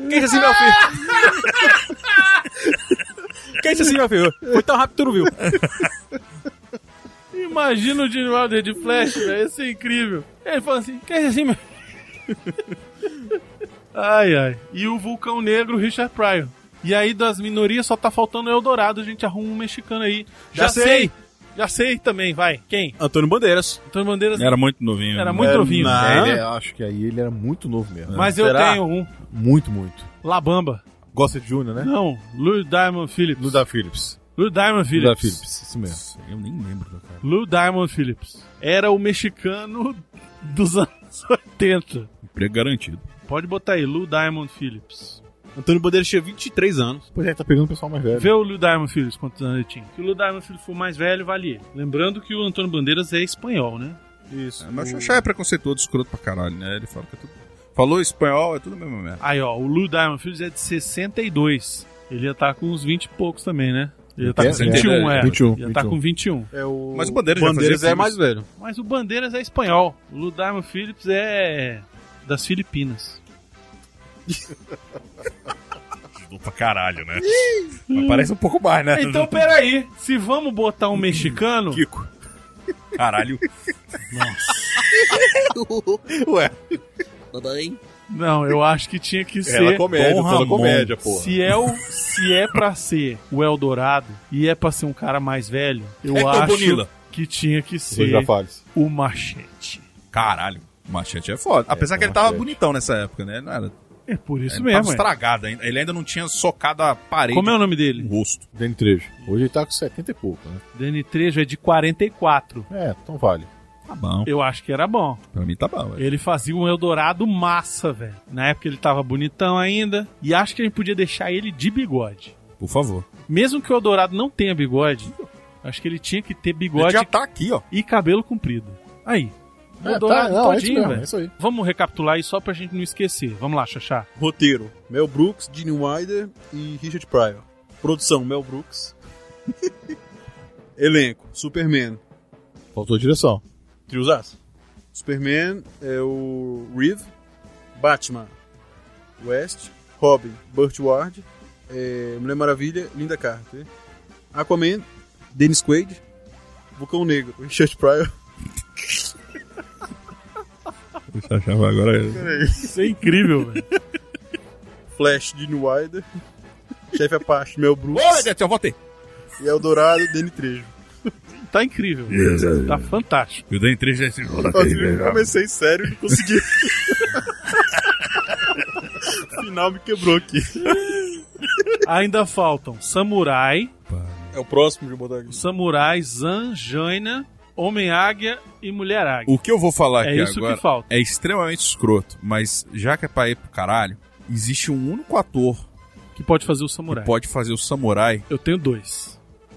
S5: Quem disse assim, meu filho? Quem disse assim, meu filho? Foi tão rápido, tu não viu.
S4: Imagina o Gene Wilder de Flash, velho. Isso é incrível. Ele fala assim, quer assim, meu? *laughs* Ai, ai. E o Vulcão Negro, Richard Pryor. E aí, das minorias, só tá faltando o Eldorado. A gente arruma um mexicano aí.
S1: Já sei.
S4: Já sei também, vai. Quem?
S5: Antônio Bandeiras.
S4: Antônio Bandeiras.
S2: Era muito novinho.
S4: Era
S2: né?
S4: muito novinho.
S1: Não, ele- acho que aí ele era muito novo mesmo.
S4: É. Mas eu
S1: Será?
S4: tenho um.
S1: Muito, muito.
S4: Labamba.
S1: Gosta de Júnior, né?
S4: Não, Lou Diamond Phillips.
S1: Do da Phillips.
S4: Lou Diamond
S1: Do
S4: Phillips.
S1: da Phillips, isso mesmo.
S2: Eu nem lembro, cara.
S4: Lou Diamond Phillips. Era o mexicano dos anos *laughs* 80.
S2: Emprego garantido.
S4: Pode botar aí, Lou Diamond Phillips.
S5: Antônio Bandeiras tinha 23 anos.
S1: Pois é, tá pegando o pessoal mais velho.
S4: Vê o Lou Diamond Phillips quantos anos ele tinha. Se o Lou Diamond Phillips for mais velho, vale ele. Lembrando que o Antônio Bandeiras é espanhol, né?
S1: Isso.
S2: mas o Xaxá é preconceituoso, escroto pra caralho, né? Ele fala que é tudo... Falou espanhol, é tudo a mesma merda.
S4: Aí, ó, o Lou Diamond Phillips é de 62. Ele ia estar com uns 20 e poucos também, né? Ele ia estar
S1: É,
S4: com 21,
S2: é,
S4: é.
S1: 21,
S4: Ia estar
S1: 21.
S4: com 21.
S1: É o...
S2: Mas o Bandeiras já
S5: Bandeiras
S2: fazia
S5: é mais velho.
S4: Mas o Bandeiras é espanhol. O Lou Diamond Phillips é das Filipinas.
S2: filmes pra caralho, né? mas parece um pouco mais, né? *laughs*
S4: Então, peraí. Se vamos botar um mexicano,
S2: Kiko. *laughs* Caralho.
S1: Ué,
S4: Não, eu acho que tinha que
S1: ela
S4: ser.
S1: comédia,
S2: Dom
S1: toda
S2: Ramon.
S1: comédia, porra.
S4: Se é, o, se é pra ser o Eldorado e é pra ser um cara mais velho, eu
S2: Hector
S4: acho
S2: Bonilla.
S4: que tinha que
S1: Dois
S4: ser
S1: Jafares.
S4: o Machete.
S2: Caralho. O Machete é foda. Apesar que ele tava bonitão nessa época, né? Ele Não era,
S4: É por isso
S2: ele tava
S4: mesmo, é.
S2: estragado ainda. Ele ainda não tinha socado a parede
S4: Como é o nome
S2: no
S4: dele?
S2: rosto.
S1: Dani Trejo. Hoje ele tá com 70 e pouco, né?
S4: Dani Trejo é de 44.
S1: É, então vale.
S2: Tá bom.
S4: Eu acho que era bom.
S2: Pra mim tá bom, velho.
S4: Ele fazia um Eldorado massa, velho. Na época ele tava bonitão ainda. E acho que a gente podia deixar ele de bigode.
S2: Por favor.
S4: Mesmo que o Eldorado não tenha bigode, acho que ele tinha que ter
S2: Ele
S4: bigode
S2: já tá aqui, ó.
S4: e cabelo comprido. Aí. O
S1: É, tá,
S4: Eldorado
S1: não, é isso
S4: todinho,
S1: mesmo,
S4: velho.
S1: é isso aí.
S4: Vamos recapitular aí só pra gente não esquecer. Vamos lá, Xaxá.
S5: Roteiro: Mel Brooks, Gene Wilder e Richard Pryor. Produção: Mel Brooks. *laughs* Elenco: Superman.
S1: Faltou direção.
S5: Triozaço. Superman é o Reeve, Batman, West, Robin, Burt Ward, é, Mulher Maravilha, Linda Carter, Aquaman, Dennis Quaid, Vulcão Negro, *laughs* Richard Pryor.
S2: Tá, agora
S4: Isso é incrível, velho.
S5: Flash, Gene Wilder, *laughs* Chefe Apache, Mel
S2: Ô,
S5: Brooks
S2: Deus, eu voltei.
S5: e Eldorado, Danny Trejo.
S4: Tá incrível. Tá fantástico.
S2: Eu dei três vezes.
S5: Eu comecei sério e não consegui. *laughs* Final me quebrou aqui.
S4: Ainda faltam Samurai,
S5: É o próximo de botar aqui.
S4: Samurai, Zan, Jaina, Homem-Águia e Mulher-Águia.
S2: O que eu vou falar aqui
S4: É isso
S2: agora
S4: que falta.
S2: é extremamente escroto, mas já que é pra ir pro caralho, existe um único ator
S4: Que pode fazer o
S2: que
S4: Samurai.
S2: pode fazer o samurai
S4: Eu tenho dois.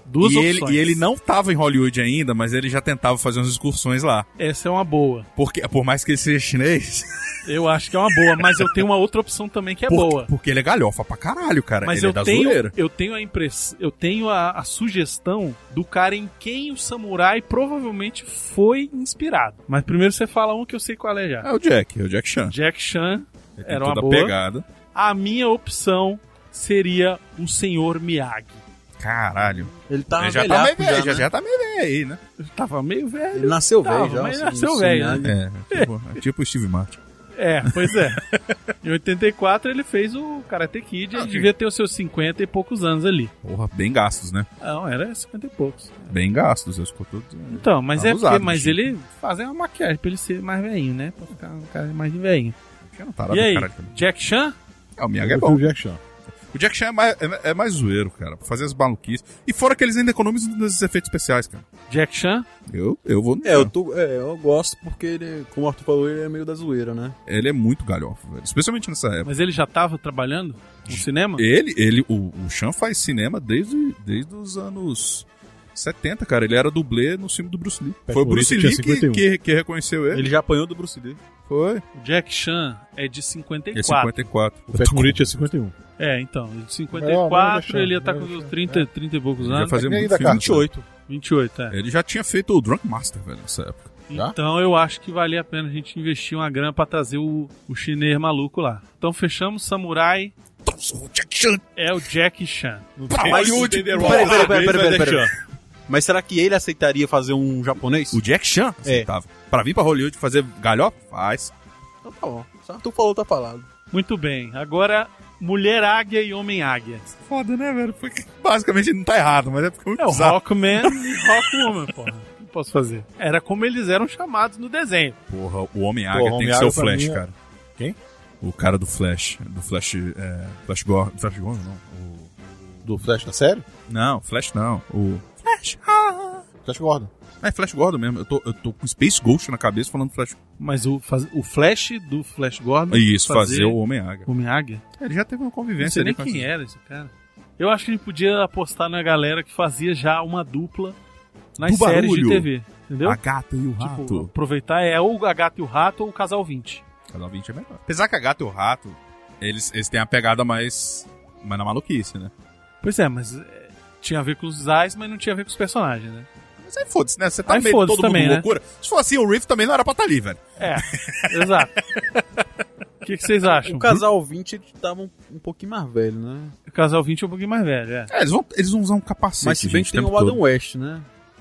S4: Duas
S2: e ele,
S4: opções.
S2: e ele não tava em Hollywood ainda, mas ele já tentava fazer umas excursões lá.
S4: Essa é uma boa.
S2: Porque, por mais que ele seja chinês,
S4: Eu acho que é uma boa, mas eu tenho uma outra opção também que é
S2: porque,
S4: boa.
S2: porque ele é galhofa pra caralho, cara.
S4: Mas
S2: ele
S4: eu,
S2: é da
S4: tenho,
S2: zoeira.
S4: eu tenho a impressão, eu tenho a, a sugestão do cara em quem o samurai provavelmente foi inspirado. Mas primeiro você fala um que eu sei qual é já.
S2: É o Jack, é o Jack Chan.
S4: Jack Chan
S2: Ele tem
S4: era uma
S2: toda a
S4: boa.
S2: pegada.
S4: A minha opção seria o senhor Miyagi.
S2: Caralho.
S5: Ele tá
S2: ele já tá meio velho, já, já tá meio velho aí, né?
S4: Eu tava meio velho.
S5: Ele nasceu
S4: Tava,
S5: velho já. assim, né?
S4: mas
S5: o
S4: nasceu
S5: Sun-
S4: velho,
S5: Sun-
S2: É, tipo, é tipo o Steve Martin.
S4: É, pois
S2: *laughs*
S4: é. em 84 ele fez o Karate Kid, ele
S2: Ah, sim.
S4: devia ter os seus 50 e poucos anos ali.
S2: Porra, bem gastos, né?
S4: Não, era 50 e poucos.
S2: Bem gastos, eu escuto tudo.
S4: Então, mas
S2: Tá Abusado,
S4: é porque, mas
S2: bicho.
S4: ele fazia uma maquiagem pra ele ser mais velhinho, né? Pra ficar um cara mais de velhinho.
S2: Tinha uma tarada
S4: e aí,
S2: do caralho também.
S4: Jack Chan?
S2: Ah, o Miyagi é
S1: Eu
S2: bom.
S1: prefiro Jack Chan.
S2: O Jack Chan é mais, é, é mais zoeiro, cara. Pra fazer as maluquices. E fora que eles ainda economizam nos efeitos especiais, cara.
S4: Jack Chan?
S2: Eu, eu vou.
S5: É, eu, tô, é, eu gosto porque ele, como o Arthur falou, ele é meio da zoeira, né?
S2: Ele é muito galhofa, velho. Especialmente nessa época.
S4: Mas ele já tava trabalhando no cinema?
S2: Ele, ele, o, o Chan faz cinema desde, desde os anos 70, cara. Ele era dublê no filme do Bruce Lee.
S1: Pet
S2: Foi o
S1: Morita
S2: Bruce
S1: tinha
S2: Lee que,
S1: 51.
S2: que, que reconheceu ele.
S5: Ele já apanhou do Bruce Lee.
S2: Foi.
S4: O Jack Chan é de
S2: Ele é
S4: 54.
S2: 54.
S1: O Fat Murit é 51.
S4: É, então, de
S1: Melhor,
S4: 54
S1: melhor
S4: ele ia estar
S1: Chan,
S4: com
S1: melhor
S4: uns
S1: Chan,
S4: 30, 30 e poucos
S2: Ele já
S4: anos.
S2: fazia
S1: que nem
S2: muito
S1: da
S2: filme.
S1: cara.
S5: 28.
S4: 28, é.
S2: cara. Ele já tinha feito o Drunk Master, velho, nessa época.
S1: Já?
S4: Então eu acho que valia a pena a gente investir uma grana pra trazer o, o chinês maluco lá. Então fechamos Samurai,
S2: Nossa, Então, o Jack Chan
S4: é o Jack Chan.
S1: Não
S2: pra
S1: tem-
S5: Ah,
S2: Hollywood.
S5: Peraí, peraí, peraí, peraí, peraí, peraí. Mas será que ele aceitaria fazer um japonês?
S2: O Jack Chan aceitava. Pra vir pra Hollywood fazer galhó, faz.
S5: Então tá bom. Só tu falou, tá falado.
S4: Muito bem. Agora, mulher águia e homem águia.
S2: Foda, né, velho? Porque basicamente não tá errado, mas é porque
S4: É o Rockman e Rockwoman, porra. O que posso fazer? Era como eles eram chamados no desenho.
S2: Porra, o Homem-Águia
S1: Porra,
S2: tem que ser o
S1: Homem-Águia pra
S2: Flash,
S1: mim é-
S2: cara.
S1: Quem?
S2: O cara do Flash. Do Flash. É, Flash Gordon. Flash Gordon, não. O-
S1: Do Flash tá da série?
S2: Não, Flash não. O. Flash.
S1: Flash Gordon.
S2: É Flash Gordon mesmo. Eu tô, eu tô com Space Ghost na cabeça falando Flash.
S4: Mas o, faz- o Flash do Flash Gordon.
S2: Isso, fazer, o Homem-Águia.
S4: Homem Águia.
S2: Ele já teve uma
S4: Não sei
S2: convivência
S4: nem é.
S2: ali com
S4: quem era esse cara. Eu acho que a gente podia apostar na galera que fazia já uma dupla nas
S2: Do
S4: séries
S2: barulho.
S4: de TV. Entendeu?
S2: A gata e o
S4: Tipo,
S2: rato.
S4: aproveitar é ou a gata e o rato ou o casal 20.
S2: Casal 20 é melhor. Apesar que a gata e o rato, eles, eles têm a pegada mais. mais na maluquice, né?
S4: Pois é, mas é, tinha a ver com os designs, mas não tinha a ver com os personagens, *laughs* né?
S2: Mas aí foda-se, né? Você tá
S4: Aí
S2: no meio de
S4: foda-se
S2: todo mundo
S4: também, né?
S2: loucura. Se for assim, o Reef também não era pra estar ali, velho.
S4: É, exato. O que, que vocês acham?
S5: O casal 20 ele tava um, um pouquinho mais velho, né?
S4: O casal 20 é um pouquinho mais velho, é.
S2: É, eles vão, eles vão usar um capacete.
S5: Mas se bem
S2: gente,
S5: que tem
S2: tempo
S5: o Adam
S2: todo.
S5: West, né?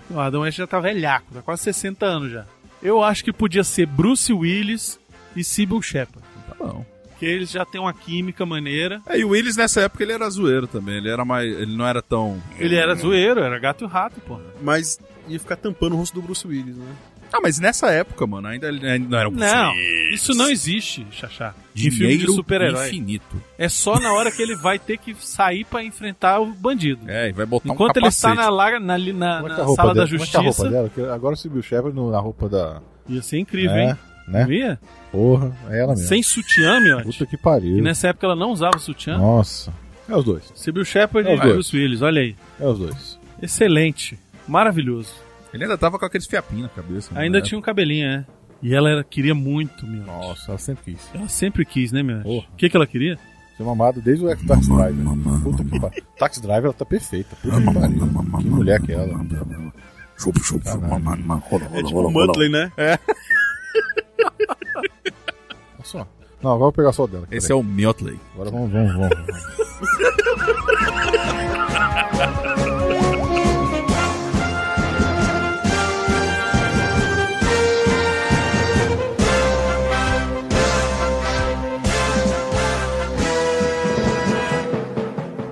S4: O Adam West já tá velhaco, tá quase 60 anos já. Eu acho que podia ser Bruce Willis e Sybil Shepard.
S2: Tá bom.
S4: Porque eles já têm uma química maneira.
S2: É, e o Willis nessa época ele era zoeiro também, ele era mais. ele não era tão.
S1: É.
S4: Ele era zoeiro, era gato e rato, pô.
S5: Mas ia ficar tampando o rosto do Bruce Willis, né?
S2: Ah, mas nessa época, mano, ainda ele ainda não era um
S4: Não, isso não existe, Xaxá. Em filme de
S2: Dinheiro
S4: super-herói.
S2: infinito.
S4: É só na hora que ele vai ter que sair pra enfrentar o bandido.
S2: É, e vai botar
S4: Enquanto
S2: um
S4: ele
S2: capacete.
S4: está na, laga- na, li- na-
S1: Como é que
S4: na
S1: é a roupa
S4: sala da
S1: dela? Como é que é a roupa
S4: justiça,
S1: dela? Porque agora subiu o Shepard no- na roupa da.
S4: ia ser incrível, hein?
S1: É, né?
S4: Não ia?
S1: Porra, é ela mesmo.
S4: Sem sutiã, miote.
S1: Puta que pariu.
S4: E nessa época ela não usava sutiã.
S1: Nossa. É os dois.
S4: Sibyl Shepard
S1: É
S4: e
S1: os dois.
S4: Bruce Willis, olha aí.
S1: É os dois.
S4: Excelente. Maravilhoso.
S2: Ele ainda tava com aqueles fiapinhos na cabeça. né,
S4: Ainda
S2: na
S4: tinha um cabelinho, né? E ela era- queria muito, meu.
S1: É. Nossa, ela sempre quis.
S4: Ela sempre quis, né, meu?
S1: Porra.
S4: O que, que ela queria?
S1: Ser mamada desde o Taxi Driver. Puta que pariu. Taxi Driver, ela tá perfeita. Puta que pariu. Que mulher que é ela.
S5: É tipo
S4: um
S5: o Muttley, né?
S1: Olha Só. Não, agora eu vou pegar só o dela.
S2: época. Esse é o Miotley.
S1: Agora vamos, um vamos, vamos.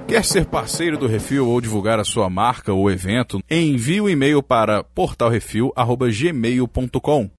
S2: Quer ser parceiro do Refil ou divulgar a sua marca ou evento? Envie o e-mail para portalrefil@gmail.com.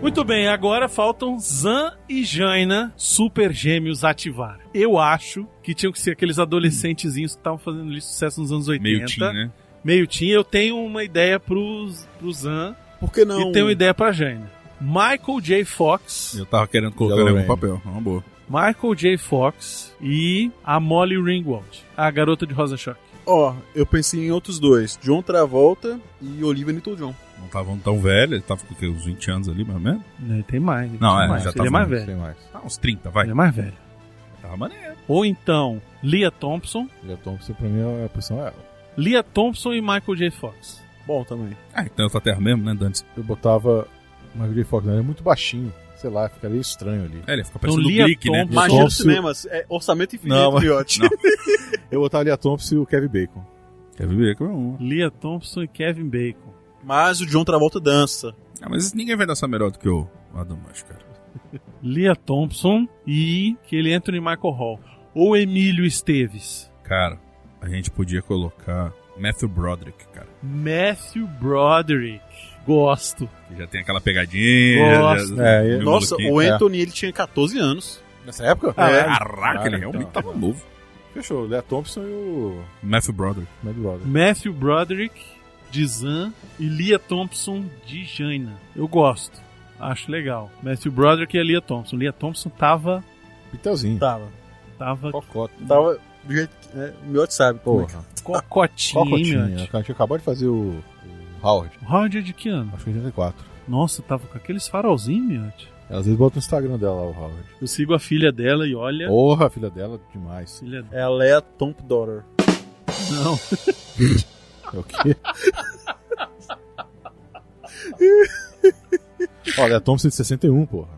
S4: Muito bem, agora faltam Zan e Jaina, super gêmeos ativar. Eu acho que tinham que ser aqueles adolescentezinhos que estavam fazendo ali sucesso nos anos 80.
S2: Meio teen, né?
S4: Meio teen. Eu tenho uma ideia pros, pro Zan
S5: Por que não?
S4: e
S2: um
S4: tenho uma ideia pra Jaina. Michael J. Fox.
S2: Eu tava querendo colocar
S1: Yellow
S2: ele no
S1: Man.
S2: papel. Uma boa.
S4: Michael J. Fox e a Molly Ringwald, a garota de Rosa Choque.
S5: Ó, eu pensei em outros dois. John Travolta e Olivia Newton-John.
S2: Não estavam tão velho, ele tava com o quê, uns 20 anos ali, mais ou menos.
S4: Ele Né, tem mais. ele
S2: Não,
S4: tinha
S2: é,
S4: mais.
S2: já
S4: ele
S2: tá
S4: é mais
S2: falando.
S4: velho.
S1: Tem mais.
S2: Ah, uns 30, vai.
S4: Ele é mais velho.
S2: Tava maneiro.
S4: Ou então, Lia Thompson.
S1: Já tô você é assim, pra mim, a opção é ela.
S4: Lia Thompson e Michael J. Fox.
S5: Bom também.
S2: Ah, então eu tô até mesmo, né, Dantes?
S1: Eu botava uma Grey Fox, né? Ele é muito baixinho. Sei lá, ficaria estranho ali.
S2: É, ele fica parecendo o
S4: Lia
S2: Glick, né?
S4: Thompson.
S5: Magia dos
S1: se-
S5: cinemas. É orçamento infinito,
S1: Não, mas-
S5: Miotti.
S1: Eu botava ali a Thompson e o Kevin Bacon.
S2: Quer viver com um.
S4: Lia Thompson e Kevin Bacon.
S5: Mas o John Travolta dança.
S2: Ah, mas ninguém vai dançar melhor do que o Adam West, cara.
S4: Lia Thompson e que ele entra em Michael Hall. Ou Emílio Esteves.
S2: Cara, a gente podia colocar Matthew Broderick, cara.
S4: Matthew Broderick. Gosto.
S2: Que já tem aquela pegadinha.
S4: Nossa,
S2: já-
S1: é,
S2: meio
S1: é.
S5: Nossa,
S2: maluquinho.
S5: o
S1: é.
S5: Anthony, ele tinha 14 anos.
S1: Nessa época?
S2: Ah,
S4: É.
S2: Caraca, ele
S1: Ah,
S2: realmente
S1: então.
S2: tava novo.
S1: Fechou. Lea Thompson e o
S2: Matthew Broderick.
S1: Mad Brother.
S4: Matthew Broderick de Zan e Lia Thompson de Jaina. Eu gosto. Acho legal. Matthew Broderick e a Lia Thompson. Lia Thompson tava.
S1: Pitelzinho.
S4: Tava. Tava
S1: Cocota.
S5: Tava do jeito que... é, o Miotti sabe como é que-
S1: Porra.
S4: cocotinha, hein,
S1: Cocotinha.
S4: Miotti?
S1: A gente acabou de fazer o, o Howard.
S4: O Howard é de que ano?
S1: Acho que em 84.
S4: Nossa, tava com aqueles farolzinhos, Miotti.
S1: Ela às vezes bota no Instagram dela lá, o Howard.
S4: Eu sigo a filha dela e olha.
S1: Porra, a filha dela, demais.
S4: Filha
S5: É
S4: dela.
S5: a Lea Tomp Daughter.
S4: Não.
S1: É
S4: *laughs*
S1: o quê? um, Olha, a Thompson de 61, porra.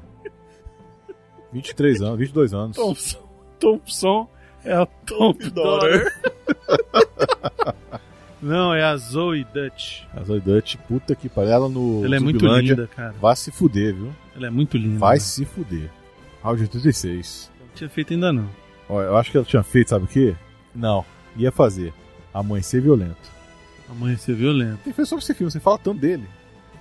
S1: 23 anos, 22 anos.
S4: Thompson. Thompson é a Tomp Daughter. *laughs* Não, é a Zoe Dutch.
S1: A Zoe Dutch, puta que pariu. Ela no
S4: Ela é muito
S1: Zumbilândia.
S4: linda, cara.
S1: Vai se fuder, viu?
S4: Ela é muito linda.
S1: Vai se fuder. Round 86.
S4: Não tinha feito ainda não.
S1: Olha, eu acho que ela tinha feito, sabe o quê? Não. Ia fazer. Amanhecer violento.
S4: Amanhecer violento.
S1: Tem que ver sobre esse filme, você fala tanto dele.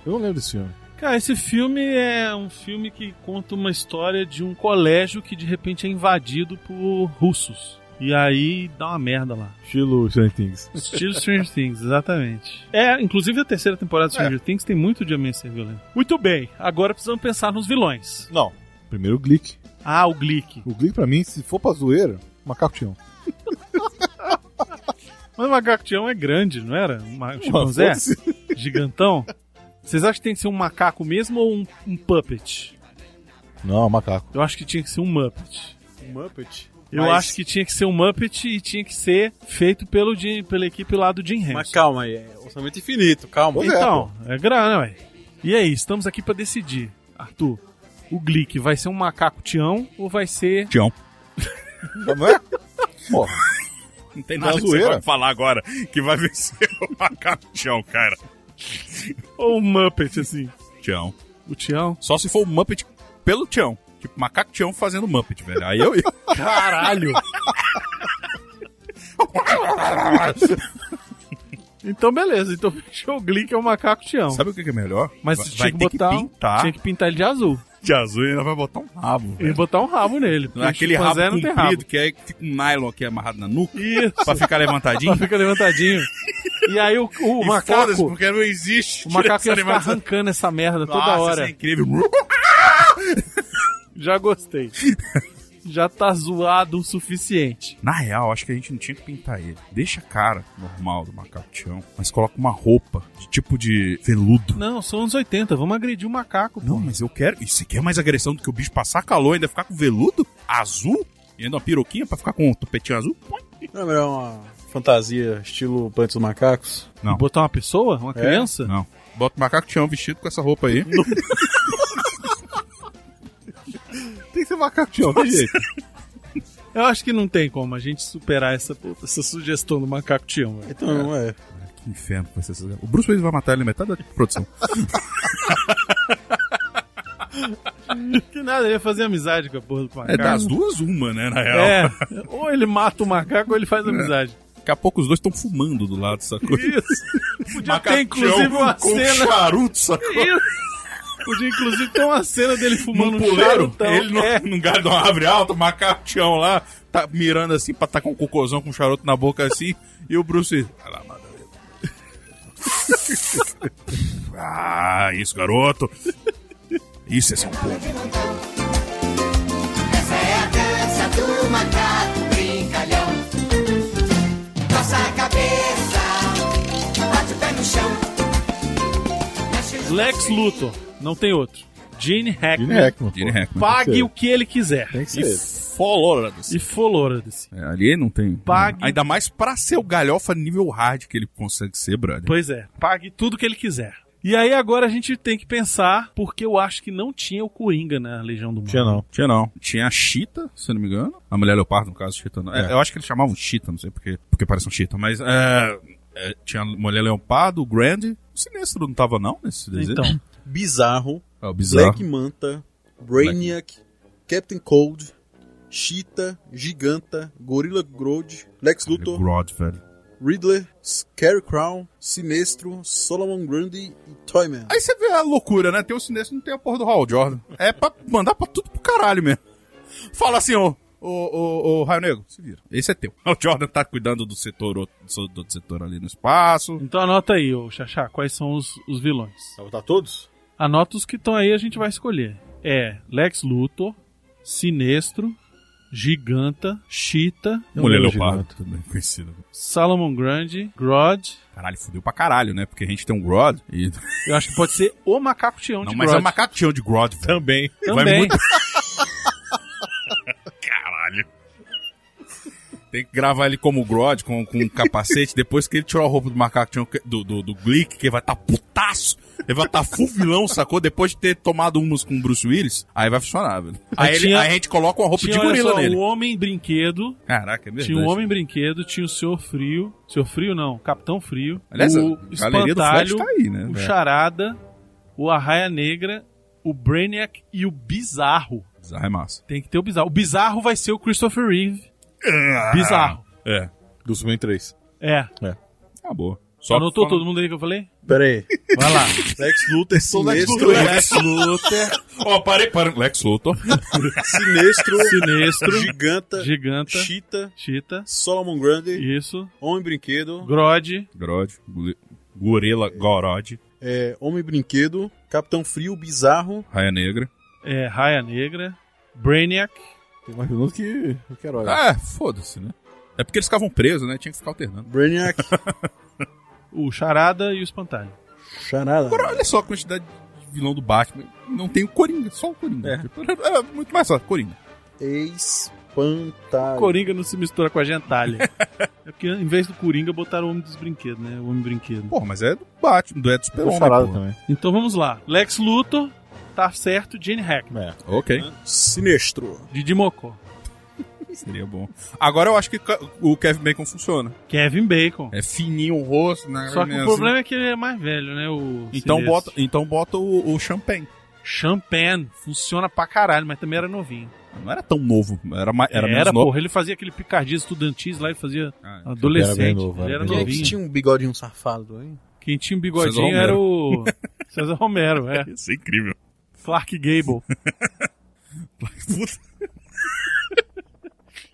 S1: Eu não lembro desse filme.
S4: Cara, esse filme é um filme que conta uma história de um colégio que de repente é invadido por russos. E aí dá uma merda lá.
S1: Estilo Stranger Things.
S4: *laughs* Estilo Stranger Things, exatamente. É, inclusive a terceira temporada de Stranger Things tem muito de ameaça violento. Muito bem, agora precisamos pensar nos vilões.
S1: Não. Primeiro o Glick.
S4: Ah, o Glick.
S1: O Glick pra mim, se for pra zoeira, macaco tinhão.
S4: Mas o macaco Tião é grande, não era? Um ma- chimpanzé? Gigantão? Vocês acham que tem que ser um macaco mesmo ou um, um puppet?
S1: Não, é um macaco.
S4: Eu acho que tinha que ser um Muppet.
S1: Muppet.
S4: Eu
S5: Mas-
S4: acho que tinha que ser um Muppet e tinha que ser feito pelo, Jim- pela equipe lá do Jim
S5: Mas
S4: Henson.
S5: calma aí, é orçamento infinito, calma.
S1: Pois é,
S4: Então, é grana, ué. E aí, estamos aqui pra decidir. Arthur, o Glick vai ser um macaco Tião ou vai ser
S2: Tião.
S1: Não é? Porra.
S2: Não tem
S1: Na
S2: nada que você
S1: zoeira.
S2: vai falar agora
S4: *laughs*
S2: que vai vencer o macaco Tião, cara.
S4: ou um Muppet, assim?
S2: Tião.
S4: O Tião?
S2: Só se for o Muppet pelo Tião. Tipo, macaco Tião fazendo Muppet, velho. Aí eu ia.
S4: *laughs* Caralho! então, beleza. Então, *laughs* fechou o Glick é o macaco Tião.
S2: Sabe o que que é melhor?
S4: Mas
S2: vai,
S4: tinha
S2: vai
S4: que
S2: ter
S4: botar
S2: que
S4: um-
S2: pintar
S4: Tinha que pintar ele de azul.
S2: de azul e ainda vai botar um rabo,
S4: E
S2: velho.
S4: botar um rabo nele. porque
S2: Aquele rabo
S4: chimpanzé
S2: comprido,
S4: não tem rabo.
S2: que aí fica um nylon aqui amarrado na nuca.
S4: Isso.
S2: Pra ficar levantadinho.
S4: Só fica levantadinho. E aí o, *laughs* o
S2: *laughs* E foda-se,
S4: macaco.
S2: porque não existe.
S4: O macaco
S2: essa
S4: ia ficar
S2: animação.
S4: arrancando essa merda toda
S2: Nossa,
S4: hora.
S2: Isso é incrível.
S4: Já
S2: *laughs*
S4: gostei. Já tá zoado o suficiente.
S2: Na real, acho que a gente não tinha que pintar ele. Deixa a cara normal do macaco Tião, mas coloca uma roupa de tipo de veludo.
S4: Não, são uns 80. Vamos agredir o macaco, pô.
S2: Não, mas eu quero. Isso aqui é mais agressão do que o bicho passar calor e ainda ficar com veludo azul? E ainda uma piroquinha pra ficar com um tupetinho azul? Põe.
S5: Não é uma fantasia estilo Planeta dos Macacos?
S2: não.
S4: Botar uma pessoa? Uma criança?
S2: É? Não. Bota o macaco Tião vestido com essa roupa *laughs* aí.
S1: Tem que ser macaco tinhão, tem jeito.
S4: Eu acho que não tem como a gente superar essa, puta, essa sugestão do macaco Tião. velho.
S5: Então, é.
S2: que inferno que vai ser essa. O Bruce Willis vai matar ele na metade da produção.
S4: Que nada, ele ia fazer amizade com a porra do macaco.
S2: É das duas, uma, né? Na real.
S4: É, ou ele mata o macaco ou ele faz
S2: *laughs*
S4: amizade.
S2: Daqui a pouco os dois estão fumando do lado, sacou? *laughs*
S4: Isso. Podia
S2: Macaco
S4: ter, inclusive,
S2: Tião
S4: uma
S2: com
S4: cena. *laughs*
S2: charuto, sacou?
S4: Isso. Podia, inclusive, ter uma cena dele fumando
S2: Num
S4: um
S2: puleiro,
S4: charutão.
S2: ele *laughs* não,
S4: É.
S2: num galho de uma árvore alta, um macaco-tião lá, tá mirando assim pra tacar um cocôzão com um charuto na boca assim, e o Bruce. Vai lá, manda ver. *laughs* ah, isso, garoto! Isso é ser um pombo.
S8: Essa é a dança do macaco brincalhão. Nossa cabeça, bate o pé no chão. Mexe os
S4: Lex Luthor, não tem outro. Gene Hackman.
S1: Gene Hackman, pô.
S2: Gene Hackman.
S4: Pague
S1: Tem que ser.
S4: o que ele quiser.
S1: Tem que
S2: E
S1: ser.
S2: folloradas.
S4: E folorades.
S2: É, ali não tem.
S4: Pague.
S2: Ainda mais pra ser o galhofa nível hard que ele consegue ser, brother.
S4: Pois é, pague tudo que ele quiser. E aí agora a gente tem que pensar, porque eu acho que não tinha o Coringa na Legião do Mal.
S1: Tinha não.
S2: Tinha não. Tinha a Chita, se eu não me engano. A mulher leopardo, no caso, Chita. não. É, Eu acho que eles chamavam Chita, não sei porque, porque parece um Chita, mas é, é, tinha a mulher leopardo, o Grand. O Sinestro não tava não nesse desenho?
S4: Então,
S5: Bizarro,
S2: É o bizarro.
S5: Black Manta, Brainiac, Captain Cold, Cheetah, Giganta, Gorilla Grodd, Lex Luthor,
S2: Grod, velho.
S5: Riddler, Scarecrow, Sinestro, Solomon Grundy e Toyman.
S2: Aí você vê a loucura, né? Tem o Sinestro e não tem a porra do Hall Jordan. É pra mandar pra tudo pro caralho mesmo. Fala assim, ô. Ô, ô, ô, Raio Negro, se vira. Esse é teu. *laughs* O Jordan tá cuidando do setor, outro- do outro setor ali no espaço.
S4: então anota aí, ô Xaxá, quais são os, os vilões.
S1: Vai botar todos?
S4: Anota os que estão aí, a gente vai escolher. É Lex Luthor, Sinestro, Giganta, Cheetah,
S2: Mulher
S1: lembro de
S2: Leopardo,
S1: nada.
S2: também conhecida.
S4: Salomon Grande, Grodd.
S2: Caralho, fudeu pra caralho, né? Porque a gente tem um Grod e.
S4: Eu acho que pode ser o macaco Tião
S2: Não,
S4: de
S2: mas
S4: Grodd.
S2: é um macaquinho de Grod, velho. Também. Vai
S4: Também.
S2: muito. Caralho. Tem que gravar ele como Grod, um com, com um capacete, depois que ele tirou a roupa do macaco do, do, do Glick, que ele vai estar tá putaço. Ele vai estar full vilão, sacou? Depois de ter tomado umas com o Bruce Willis, aí vai funcionar, velho. Aí, ele-
S4: tinha-
S2: aí a gente coloca uma roupa
S4: Tinha,
S2: de
S4: olha
S2: gorila
S4: só,
S2: nele.
S4: o Homem Brinquedo.
S2: Caraca, é verdade.
S4: Tinha o Homem Brinquedo, tinha o Senhor Frio. Senhor Frio não, Capitão Frio.
S2: Aliás, a
S4: o
S2: galeria do Flash
S4: Espantalho,
S2: tá aí, né,
S4: o
S2: velho?
S4: Charada, o Arraia Negra, o Brainiac e o Bizarro.
S2: Bizarro é massa.
S4: Tem que ter o Bizarro. O Bizarro vai ser o Christopher Reeve. Ah. Bizarro.
S2: É.
S1: Do Superman 3.
S4: É.
S2: Acabou. Ah, Só
S4: Anotou
S2: que-
S4: todo mundo aí que eu falei?
S1: Pera aí.
S4: Vai lá.
S1: Lex Luthor sinistro.
S2: Lex
S4: *laughs*
S2: Luthor. Ó, parei, parei. Lex Luthor.
S1: Sinistro.
S4: Sinestro,
S1: Giganta.
S4: Giganta,
S1: Cheetah.
S4: Chita,
S1: Solomon Grundy.
S4: isso,
S1: Homem Brinquedo.
S4: Grod,
S2: Grod. gole- Gorila Gorod.
S1: é, Homem Brinquedo. Capitão Frio. Bizarro.
S2: Raia Negra.
S4: é, Raia Negra, Brainiac,
S1: Tem mais um que eu quero olhar.
S2: Ah, foda-se, né? É porque eles ficavam presos, né? Tinha que ficar alternando.
S1: Brainiac.
S4: o Charada e o Espantalho.
S1: Charada.
S2: Agora, olha só a quantidade de vilão do Batman. Não tem o Coringa, só o Coringa. É, é muito mais fácil, Coringa.
S1: Espantalho.
S4: Coringa não se mistura com a gentalha. é porque em vez do Coringa botaram o Homem dos Brinquedos, né? O Homem Brinquedo.
S2: Porra, mas é do Batman, do Ed
S1: Tem
S2: Super-Homem.
S1: charada
S2: porra.
S1: também.
S4: Então vamos lá. Lex Luthor, tá certo, Gene Hackman,
S2: Ok,
S4: É.
S1: Sinestro.
S4: Didi Mocó,
S2: seria bom. Agora eu acho que ca- o Kevin Bacon funciona.
S4: Kevin Bacon.
S2: É fininho o rosto, né?
S4: Só que
S2: Assim.
S4: o problema é que ele é mais velho, né? O
S2: Então
S4: Sinestro.
S2: bota, então bota o, o Champagne.
S4: Champagne, funciona pra caralho, mas também era novinho.
S2: Não era tão novo, era, mais, era, menos novo.
S4: porra, ele fazia aquele picardia estudantis lá, ele fazia
S2: Ah, então
S4: adolescente.
S1: era bem novo,
S4: ele
S1: era
S4: era
S1: bem
S5: Quem é
S4: novinho.
S5: que tinha um bigodinho safado aí?
S4: Quem tinha um
S2: César
S4: bigodinho
S2: Romero.
S4: era o *laughs* César Romero, é.
S2: Isso é incrível.
S4: Clark Gable.
S2: Puta.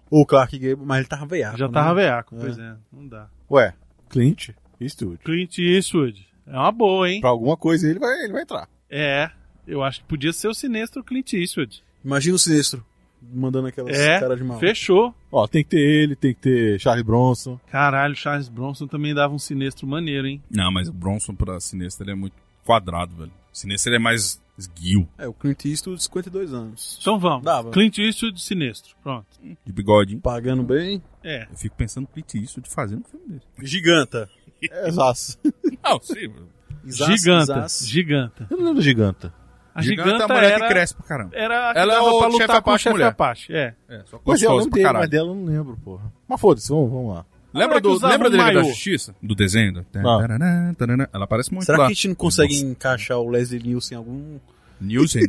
S5: O Clark Gable, mas ele tava né? veiado.
S4: Já tava veaco, pois é. Não dá.
S1: Ué. Clint. Eastwood.
S4: Clint Eastwood. É uma boa, hein?
S1: Pra alguma coisa ele vai, ele vai entrar.
S4: É. Eu acho que podia ser o sinistro Clint Eastwood.
S5: Imagina o Sinestro mandando aquelas
S4: É.
S5: caras de mal.
S4: Fechou.
S1: Ó, tem que ter ele, tem que ter Charlie Bronson.
S4: Caralho, Charles Bronson também dava um sinistro maneiro, hein?
S2: Não, mas o Bronson pra Sinestro ele é muito quadrado, velho. Sinestro ele é mais esguio,
S5: É, o Clint Eastwood, 52 anos.
S4: Então vamos.
S5: Dava.
S4: Clint Eastwood, sinistro. Pronto.
S2: de bigode. hein?
S5: Pagando bem.
S4: É.
S2: Eu fico pensando no Clint Eastwood fazendo um filme dele.
S5: Giganta.
S1: Exato.
S2: Ah, sim. velho.
S5: Isas-
S4: giganta.
S5: Isas.
S4: Giganta.
S1: Eu não lembro do Giganta.
S4: A
S2: Gigante é
S4: giganta,
S2: a mulher
S4: era...
S2: que cresce pra caramba.
S4: Era a que
S2: Ela é
S4: dava
S2: o
S4: pra
S2: chefe
S4: lutar com o
S2: Apache
S4: chefe
S2: mulher.
S4: Apache. É.
S2: É, só
S1: Mas é, eu
S2: gostosa pra
S1: lembro dele, mas
S2: caralho.
S1: dela eu não lembro, porra. Mas foda-se, vamos, vamos lá.
S2: Lembra,
S4: Agora que
S2: do,
S4: usava
S2: lembra
S4: um
S2: dele da
S4: maiô.
S2: Justiça? Do desenho? do-
S1: Não.
S2: Tarará, tarará. Ela aparece muito
S5: Será que
S2: lá.
S5: a gente não consegue encaixar o Leslie Nielsen em algum.
S2: Nielsen.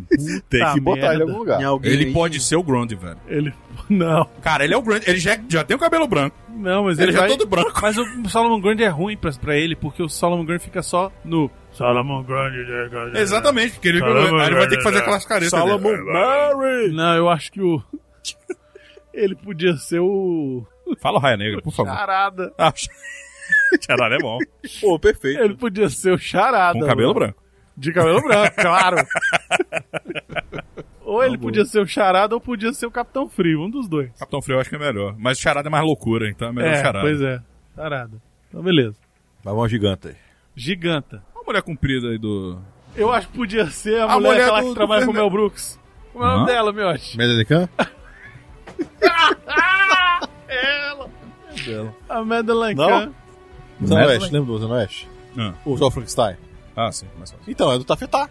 S1: Tem
S4: Tá
S1: que botar
S4: merda.
S1: ele em algum lugar.
S5: Em alguém
S2: Ah, ele
S5: aí?
S2: pode ser o Grundy, velho.
S4: Ele. *laughs* Não.
S2: Cara, ele é o Grundy. Ele já, já tem o cabelo branco.
S4: Não, mas
S2: Ele,
S4: ele,
S2: já
S4: vai...
S2: é todo branco.
S4: Mas o Solomon Grundy é ruim pra, pra ele, porque o Solomon Grundy fica só no. Solomon Grundy. né,
S2: Exatamente, porque ele,
S4: Solomon
S2: aí ele vai ter que
S4: Grundy,
S2: fazer aquelas caretas. dele.
S4: Não, eu acho que o. *laughs* ele podia ser o.
S2: Fala o Raia Negra, por favor.
S4: Charada.
S2: Ah, Charada é bom.
S1: Pô, perfeito.
S4: Ele podia ser o Charada.
S2: Com cabelo
S4: mano.
S2: branco.
S4: De cabelo
S2: *laughs*
S4: branco, claro. ou
S2: Tá
S4: ele podia ser o Charada ou podia ser o Capitão Frio, um dos dois.
S2: Capitão Frio eu acho que é melhor. Mas Charada é mais loucura, então é melhor
S4: é,
S2: Charada.
S4: pois é. Charada. Então, beleza.
S1: Vai um Giganta aí.
S4: Giganta.
S2: Uma mulher comprida aí do...
S4: Eu acho que podia ser a,
S2: A
S4: mulher,
S2: mulher
S4: aquela
S2: do-
S4: que
S2: do
S4: trabalha com o
S2: Fernando.
S4: Mel Brooks. Como é o nome
S2: Hã?
S4: dela, meu? acho?
S1: Medelican?
S4: Ela. A Madeline
S1: Não?
S4: Kahn.
S1: Zona Oeste, lembra do Zona Oeste?
S2: Ah.
S1: O João Frankenstein.
S2: Ah, sim, mais fácil.
S1: Então, é do Tafetá.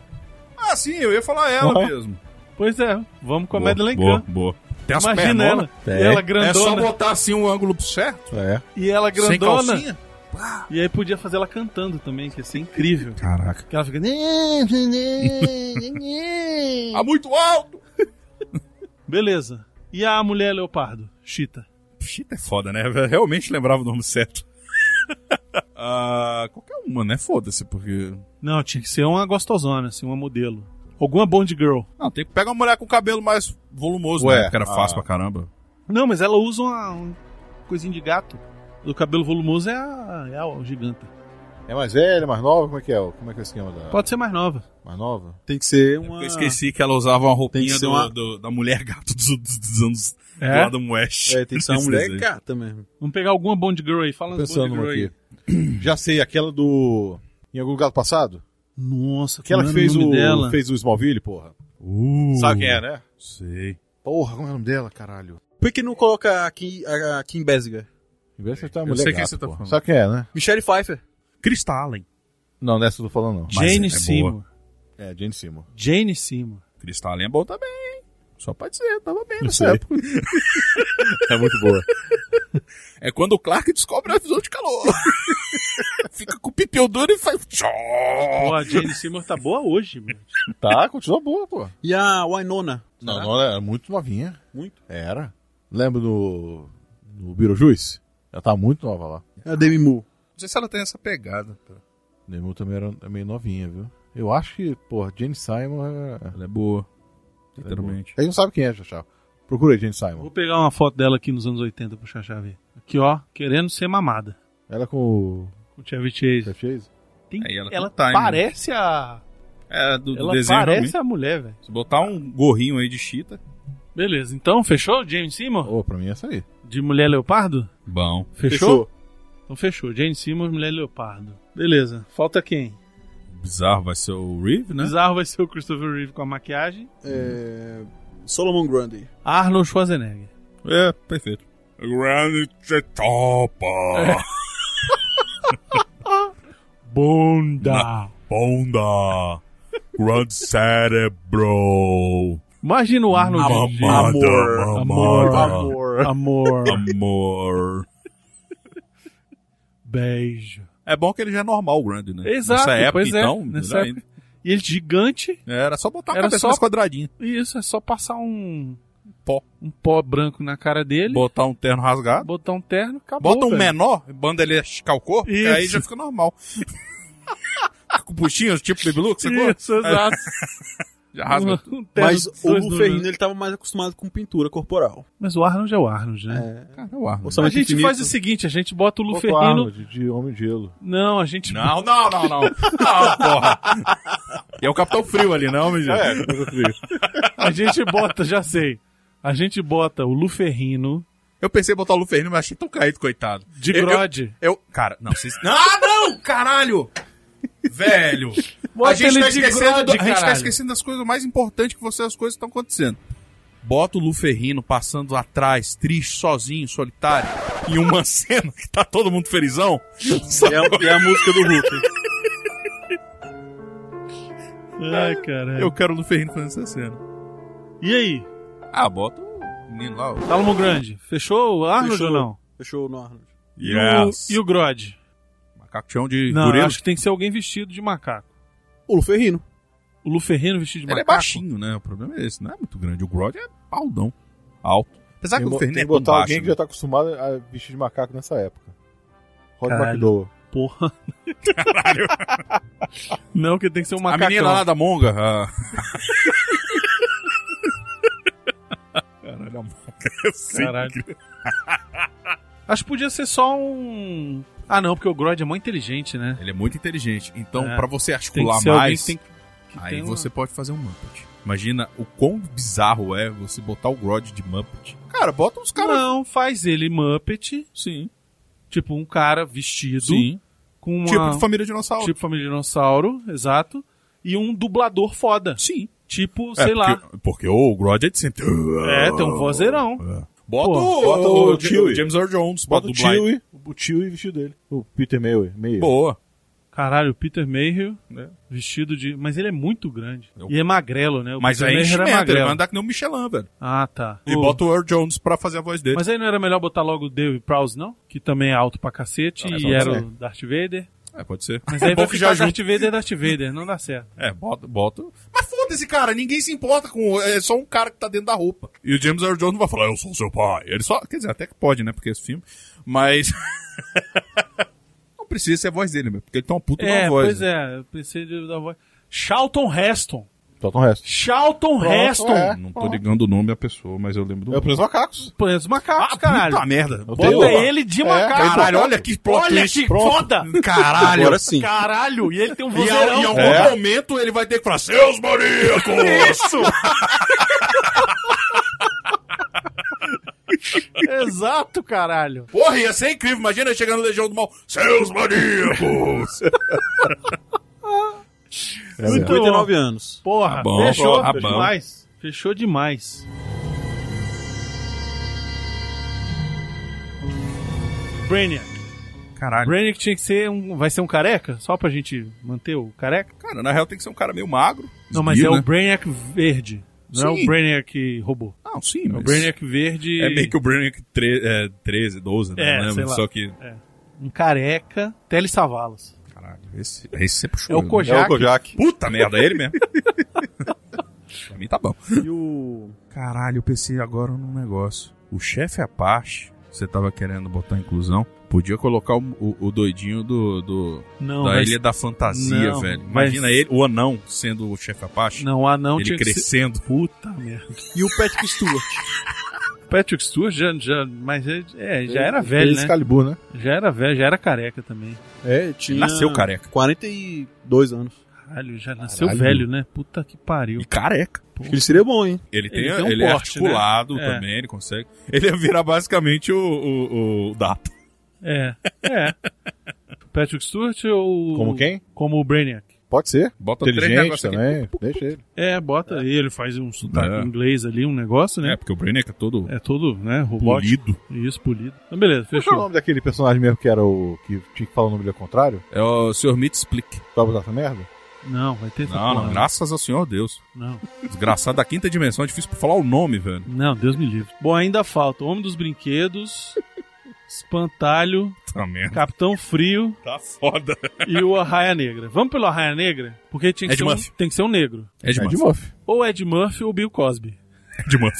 S2: Ah, sim, eu ia falar ela
S1: Uhum.
S2: mesmo.
S4: Pois é, vamos com a Madeline
S2: boa,
S4: Kahn.
S2: boa. Tem as
S4: Imagina
S2: pernonas.
S4: ela. Ela
S2: É só
S4: grandona.
S2: botar assim um ângulo certo.
S1: É.
S4: e ela
S2: Sem
S4: grandona.
S2: calcinha.
S4: E aí podia fazer ela cantando também, que ia ser incrível.
S2: Caraca.
S4: Que ela
S2: *laughs*
S4: fica.
S2: Ah, muito alto.
S4: Beleza. E a mulher leopardo? Chita.
S2: Chita é foda, né? Eu realmente lembrava o nome certo. *laughs* ah, qualquer uma, né? Foda-se, porque...
S4: Não, tinha que ser uma gostosona, assim, uma modelo. Alguma Bond Girl.
S2: Não, tem que pegar uma mulher com cabelo mais volumoso,
S1: Ué,
S2: né? Que era
S1: ah.
S2: fácil pra caramba.
S4: Não, mas ela usa uma, um coisinha de gato. Do cabelo volumoso é a, é a giganta.
S1: É mais velha, mais nova? Como é que é? o- Como é que é o esquema da.
S4: Pode ser mais nova.
S1: Mais nova?
S5: Tem que ser uma.
S2: Eu esqueci que ela usava uma roupinha
S5: ser
S2: do-
S5: uma-
S2: do- da mulher gato dos, dos- dos anos
S4: É?
S2: do Adam West.
S5: É, tem que ser uma
S2: Esse
S5: mulher
S2: desenho.
S5: gata mesmo.
S4: Vamos pegar alguma Bond Girl aí. Fala
S1: Tô
S4: umas
S1: pensando
S4: Bond
S1: numa
S4: Girl aí.
S1: aqui. *clears throat* Já sei, aquela do. Em algum lugar do passado?
S4: Nossa, que
S1: Aquela
S4: ela
S1: que fez o,
S4: é nome dela.
S1: fez o Smallville, porra.
S2: Uh,
S1: Sabe quem é, né?
S2: Sei.
S1: Porra, como é o nome dela, caralho?
S5: Por que não coloca a Kim, a a Kim Basinger?
S1: Em vez de acertar uma
S2: Eu
S1: mulher
S2: sei quem
S1: gata,
S2: você tá
S1: porra.
S2: falando.
S1: Sabe quem é, né?
S5: Michelle Pfeiffer.
S2: Crista Allen.
S1: Não, nessa eu tô falando, não.
S2: Mas
S4: Jane
S2: é
S4: Seymour.
S2: boa.
S1: É, Jane Seymour.
S4: Jane Seymour.
S2: Cristalina é bom também, hein? Só pode ser, tava bem
S1: sei.
S2: nessa época.
S1: É muito boa.
S2: É quando o Clark descobre a visão de calor. Fica com o pipeu duro e faz. um Tchó!
S4: Pô, a Jane Seymour tá boa hoje, mano.
S1: Tá, continua boa, pô.
S5: E a Wynonna?
S1: Não, não, ela era é muito novinha.
S5: Muito?
S1: Era. Lembra do. do Beetlejuice? Ela tá muito nova lá.
S5: A Demi Moore.
S2: Não sei se ela tem essa pegada. cara.
S1: Nemo também era meio novinha, viu? Eu acho que, pô, Jane Simon é.
S2: Ela é boa. Literalmente.
S1: A gente não sabe quem é, Chachá. Procura aí, Jane Simon.
S4: Vou pegar uma foto dela aqui nos anos 80 pro Chachá ver. Aqui, ó, querendo ser mamada.
S1: Ela com o
S4: Com o Chevy Chase.
S1: Jeff Chase?
S4: Tem-
S2: Aí ela
S4: ela
S2: tem time, né?
S4: parece a.
S2: É, do, do
S4: Ela
S2: desenho
S4: parece
S2: realmente.
S4: a mulher, velho.
S2: Se botar um gorrinho aí de chita.
S4: Beleza, então fechou, Jane Seymour?
S1: Ô, pra mim é essa aí.
S4: De mulher leopardo?
S2: Bom.
S4: Fechou? Então fechou. Jane Seymour, mulher leopardo. Beleza. Falta quem?
S2: Bizarro vai ser o Reeve, né?
S4: Bizarro vai ser o Christopher Reeve com a maquiagem.
S5: É... Solomon Grundy.
S4: Arnold Schwarzenegger.
S2: É, perfeito. Granite *laughs* Topa!
S4: Bunda!
S2: Bonda! Grand Cerebro!
S4: Imagina o Arnold. de-
S2: Mamada,
S4: Amor.
S2: mamada.
S4: Amor. *laughs* Amor.
S2: Amor.
S4: Beijo.
S2: É bom que ele já é normal, o Grande, né?
S4: Exato,
S2: Nessa época,
S4: pois é,
S2: então,
S4: nessa
S2: era,
S4: época. E ele gigante.
S2: era só botar a
S4: Era
S2: cabeça
S4: só-
S2: mais quadradinha.
S4: E isso, é só passar um
S2: Pó.
S4: um pó branco na cara dele,
S2: Botar um terno rasgado.
S4: botar um terno, acabou.
S2: Bota um
S4: velho.
S2: menor, banda ele esticar o corpo, que aí
S4: Isso.
S2: já fica normal. *laughs* Com puxinhos, tipo Baby Luke, sacou?
S4: Isso, exato.
S2: *laughs* Já rasga.
S4: Um- um terno,
S5: Mas o
S4: dois
S5: Lu
S4: números.
S5: Ferrino, ele tava mais acostumado com pintura corporal.
S4: Mas o Arnold é o Arnold, né?
S2: Cara, é o Arnold.
S4: A
S5: Orçamento
S4: gente
S5: infinito.
S4: faz o seguinte, a gente bota o
S1: Botou a arma
S4: Luferrino.
S1: de, de Homem de Gelo.
S4: Não, a gente
S2: Não, não, não, não. Não, porra. E é o Capitão Frio ali, não, menino? É,
S4: a gente bota, já sei. A gente bota o Luferrino
S2: Eu pensei em botar o Luferino, mas achei tão caído, coitado.
S4: de
S2: Eu-
S4: Grode.
S2: Eu, eu- cara, não, vocês... Ah, não! Caralho! Velho!
S4: Bota
S2: a gente,
S4: ele
S2: tá
S4: de
S2: esquecendo,
S4: grade,
S2: do- a gente tá
S4: caralho.
S2: esquecendo das coisas mais importantes que você, as coisas que estão acontecendo. Bota o Luferrino passando atrás, triste, sozinho, solitário, em uma *laughs* cena que tá todo mundo felizão.
S5: E é a, e a música do Hulk.
S4: Ai, *laughs* caralho.
S2: Eu quero o Luferrino fazendo essa cena.
S4: E aí?
S2: Ah, bota o menino lá. o-
S4: Salomão Grande, fechou o Arnold
S5: Fechou.
S4: ou não?
S5: Fechou no Arnold.
S4: E o- E o Grode?
S2: Macaco chão de
S4: Não, eu
S2: gorila.
S4: acho que tem que ser alguém vestido de macaco.
S5: O Lu Ferrino.
S4: O Luferrino vestido de
S2: Ele é
S4: macaco.
S2: baixinho, né? O problema é esse. Não é muito grande. O Grod é baldão. Alto. Apesar que
S1: Tem
S2: o
S1: bo-
S2: Fernando
S1: tem
S2: é
S1: que
S2: tão
S1: botar
S2: baixo.
S1: alguém que já tá acostumado a vestir de macaco nessa época. Rod
S4: Caralho.
S1: McDowell.
S4: Porra. *laughs* Não, que tem que ser um
S2: A
S4: macacão.
S2: menina lá da Monga. ah. A... Caralho, a Monga *laughs* é assim.
S4: Caralho. Acho que podia ser só um. Ah, não, porque o Grod é muito inteligente, né?
S2: Ele é muito inteligente. Então,
S4: É.
S2: pra você
S4: Tem
S2: articular
S4: que ser alguém
S2: mais,
S4: que tem que. que
S2: aí
S4: tem uma-
S2: você pode fazer um Muppet. Imagina o quão bizarro é você botar o Grod de Muppet. Cara, bota uns caras.
S4: Não, faz ele Muppet. Sim. Tipo, um cara vestido.
S2: Sim.
S4: Com uma...
S2: Tipo de família dinossauro.
S4: Tipo família de dinossauro, exato. E um dublador foda.
S2: Sim.
S4: Tipo,
S2: É,
S4: sei lá.
S2: Porque, porque o Grod é de sempre.
S4: É, tem um vozeirão.
S2: Bota,
S4: Pô,
S2: o,
S1: bota
S2: o,
S1: o
S2: o
S1: Chewie.
S2: James Earl Jones.
S1: Bota o
S2: dublagem.
S1: tio e o tio e vestido dele. O Peter Mayhew. Mayhew.
S2: Boa.
S4: Caralho, o Peter Mayhew
S2: É.
S4: vestido de. Mas ele é muito grande.
S2: Eu-
S4: E é magrelo, né? O
S2: Mas
S4: Peter
S2: aí
S4: Mayhew era
S2: enchimento, ele
S4: magrelo.
S2: vai andar que nem o Michelin, velho.
S4: Ah, tá.
S2: E
S4: O-
S2: bota o Earl Jones pra fazer a voz dele.
S4: Mas aí não era melhor botar logo o David Prowse, não? Que também é alto pra cacete
S2: Não, é
S4: e
S2: só
S4: era
S2: você.
S4: o Darth Vader.
S2: É, pode ser.
S4: Mas aí
S2: é bom
S4: vai
S2: que
S4: ficar
S2: já
S4: Darth
S2: junta.
S4: Vader, Darth Vader. Não dá certo.
S2: É, bota, bota. Mas foda-se, cara, ninguém se importa com. É só um cara que tá dentro da roupa. E o James Earl Jones não vai falar, eu sou seu pai. Ele só. Quer dizer, até que pode, né? Porque esse filme. Mas. *laughs* não precisa ser a voz dele, mesmo, porque ele tem uma puta
S4: É,
S2: na voz.
S4: pois
S2: né?
S4: é. Eu pensei de dar voz. Charlton Heston.
S1: Falta o resto.
S4: Charlton Heston.
S1: é.
S2: Não tô ligando o nome da pessoa, mas eu lembro do
S1: É o
S2: nome.
S1: Preso Macacos.
S4: Pô, é os macacos, caralho.
S2: Ah, Puta merda.
S1: Eu
S4: Bota
S1: tenho-
S4: ele de macaco.
S2: É. Caralho, olha que plot
S4: Olha
S2: twist.
S4: que
S1: Pronto.
S4: foda.
S2: *laughs* Caralho.
S5: Agora sim.
S4: Caralho. E ele tem um
S2: E a- em
S4: vozeirão.
S2: algum
S1: É.
S2: momento ele vai ter que falar, seus *laughs* maníacos!
S4: um- Exato, caralho.
S2: Porra, ia ser incrível. Imagina ele chegando no Legião do Mal. Seus maníacos!
S1: É mesmo.
S5: 59 anos.
S4: Porra,
S2: Tá bom,
S4: fechou.
S2: tá
S4: fechou
S2: bom.
S4: demais. Fechou demais. Brainiac.
S2: *laughs* Caralho.
S4: Brannick tinha que ser um. Vai ser um careca? Só pra gente manter o careca?
S2: Cara, na real tem que ser um cara meio magro.
S4: Não, mas é
S2: esguio,
S4: o
S2: né?
S4: Brainiac verde. Não é
S2: Sim.
S4: o Brainiac robô.
S2: Não, sim,
S4: É o
S2: mas...
S4: Brainiac verde.
S2: É meio que o Brainiac tre... é, 13, 12, né?
S4: É,
S2: não lembro,
S4: sei lá.
S2: Só que...
S4: Um careca, Tele Savalas.
S2: Caralho, esse, esse você puxou.
S4: É o
S2: né?
S4: Kojak.
S1: É o Kojak.
S2: Puta merda, é ele mesmo. *laughs* pra mim tá bom.
S5: E o.
S2: Caralho, eu pensei agora num negócio. O chefe Apache, você tava querendo botar inclusão, podia colocar o, o- o doidinho do, do-
S4: Não,
S2: da
S4: mas-
S2: Ilha da Fantasia,
S4: Não,
S2: velho.
S4: mas-
S2: Imagina ele, o anão, sendo o chefe Apache.
S4: Não, o anão
S2: ele
S4: tinha que ser-
S2: crescendo.
S4: Puta merda.
S5: E o Patrick Stewart.
S4: Patrick Stewart já, já, mas ele- é, já era velho,
S1: Fez
S4: né?
S1: Excalibur, né?
S4: Já era velho, já era careca também.
S5: É, tinha.
S2: Nasceu careca.
S5: 42 anos.
S4: Caralho, já nasceu
S1: Caralho.
S4: velho, né? Puta que pariu.
S2: E careca.
S5: Acho que ele seria bom, hein?
S2: Ele, tem,
S4: Ele tem um
S2: ele é
S4: porte,
S2: articulado
S4: né? É.
S2: também, ele consegue. Ele ia virar basicamente o, o, o Data.
S4: É, é. Patrick Stewart ou...
S1: Como quem?
S4: Como o Brainiac.
S1: Pode ser.
S2: Bota três
S1: Inteligente
S2: negócios aqui.
S1: também. Deixa ele.
S4: É, bota aí, ele faz um sotaque
S2: É.
S4: em inglês ali, um negócio, né?
S2: É, porque o Brainiac é todo
S4: É, todo, né, robótico.
S2: polido.
S4: Isso, polido. Então, beleza,
S1: Qual é o
S4: fechou.
S1: nome daquele personagem mesmo que era o. que tinha que falar o nome dele ao contrário?
S2: É o Sr. Meat Splick.
S1: Pra botar essa merda?
S4: Não, vai ter essa
S2: Não, não,
S1: Ah.
S4: porra.
S2: graças ao Senhor Deus.
S4: Não.
S2: Desgraçado da quinta dimensão, é difícil pra falar o nome, velho.
S4: Não, Deus me livre. Bom, ainda falta Homem dos Brinquedos, Espantalho,
S2: Tá merda.
S4: Capitão Frio
S2: Tá foda.
S4: e o Arraia Negra. Vamos pelo Arraia Negra? Porque tinha que,
S2: Ed
S4: ser um,
S2: Murphy.
S4: tem que ser um negro.
S2: É
S1: É de
S2: demais.
S1: Muff.
S4: Ou Ed Murphy ou Bill Cosby.
S2: É demais.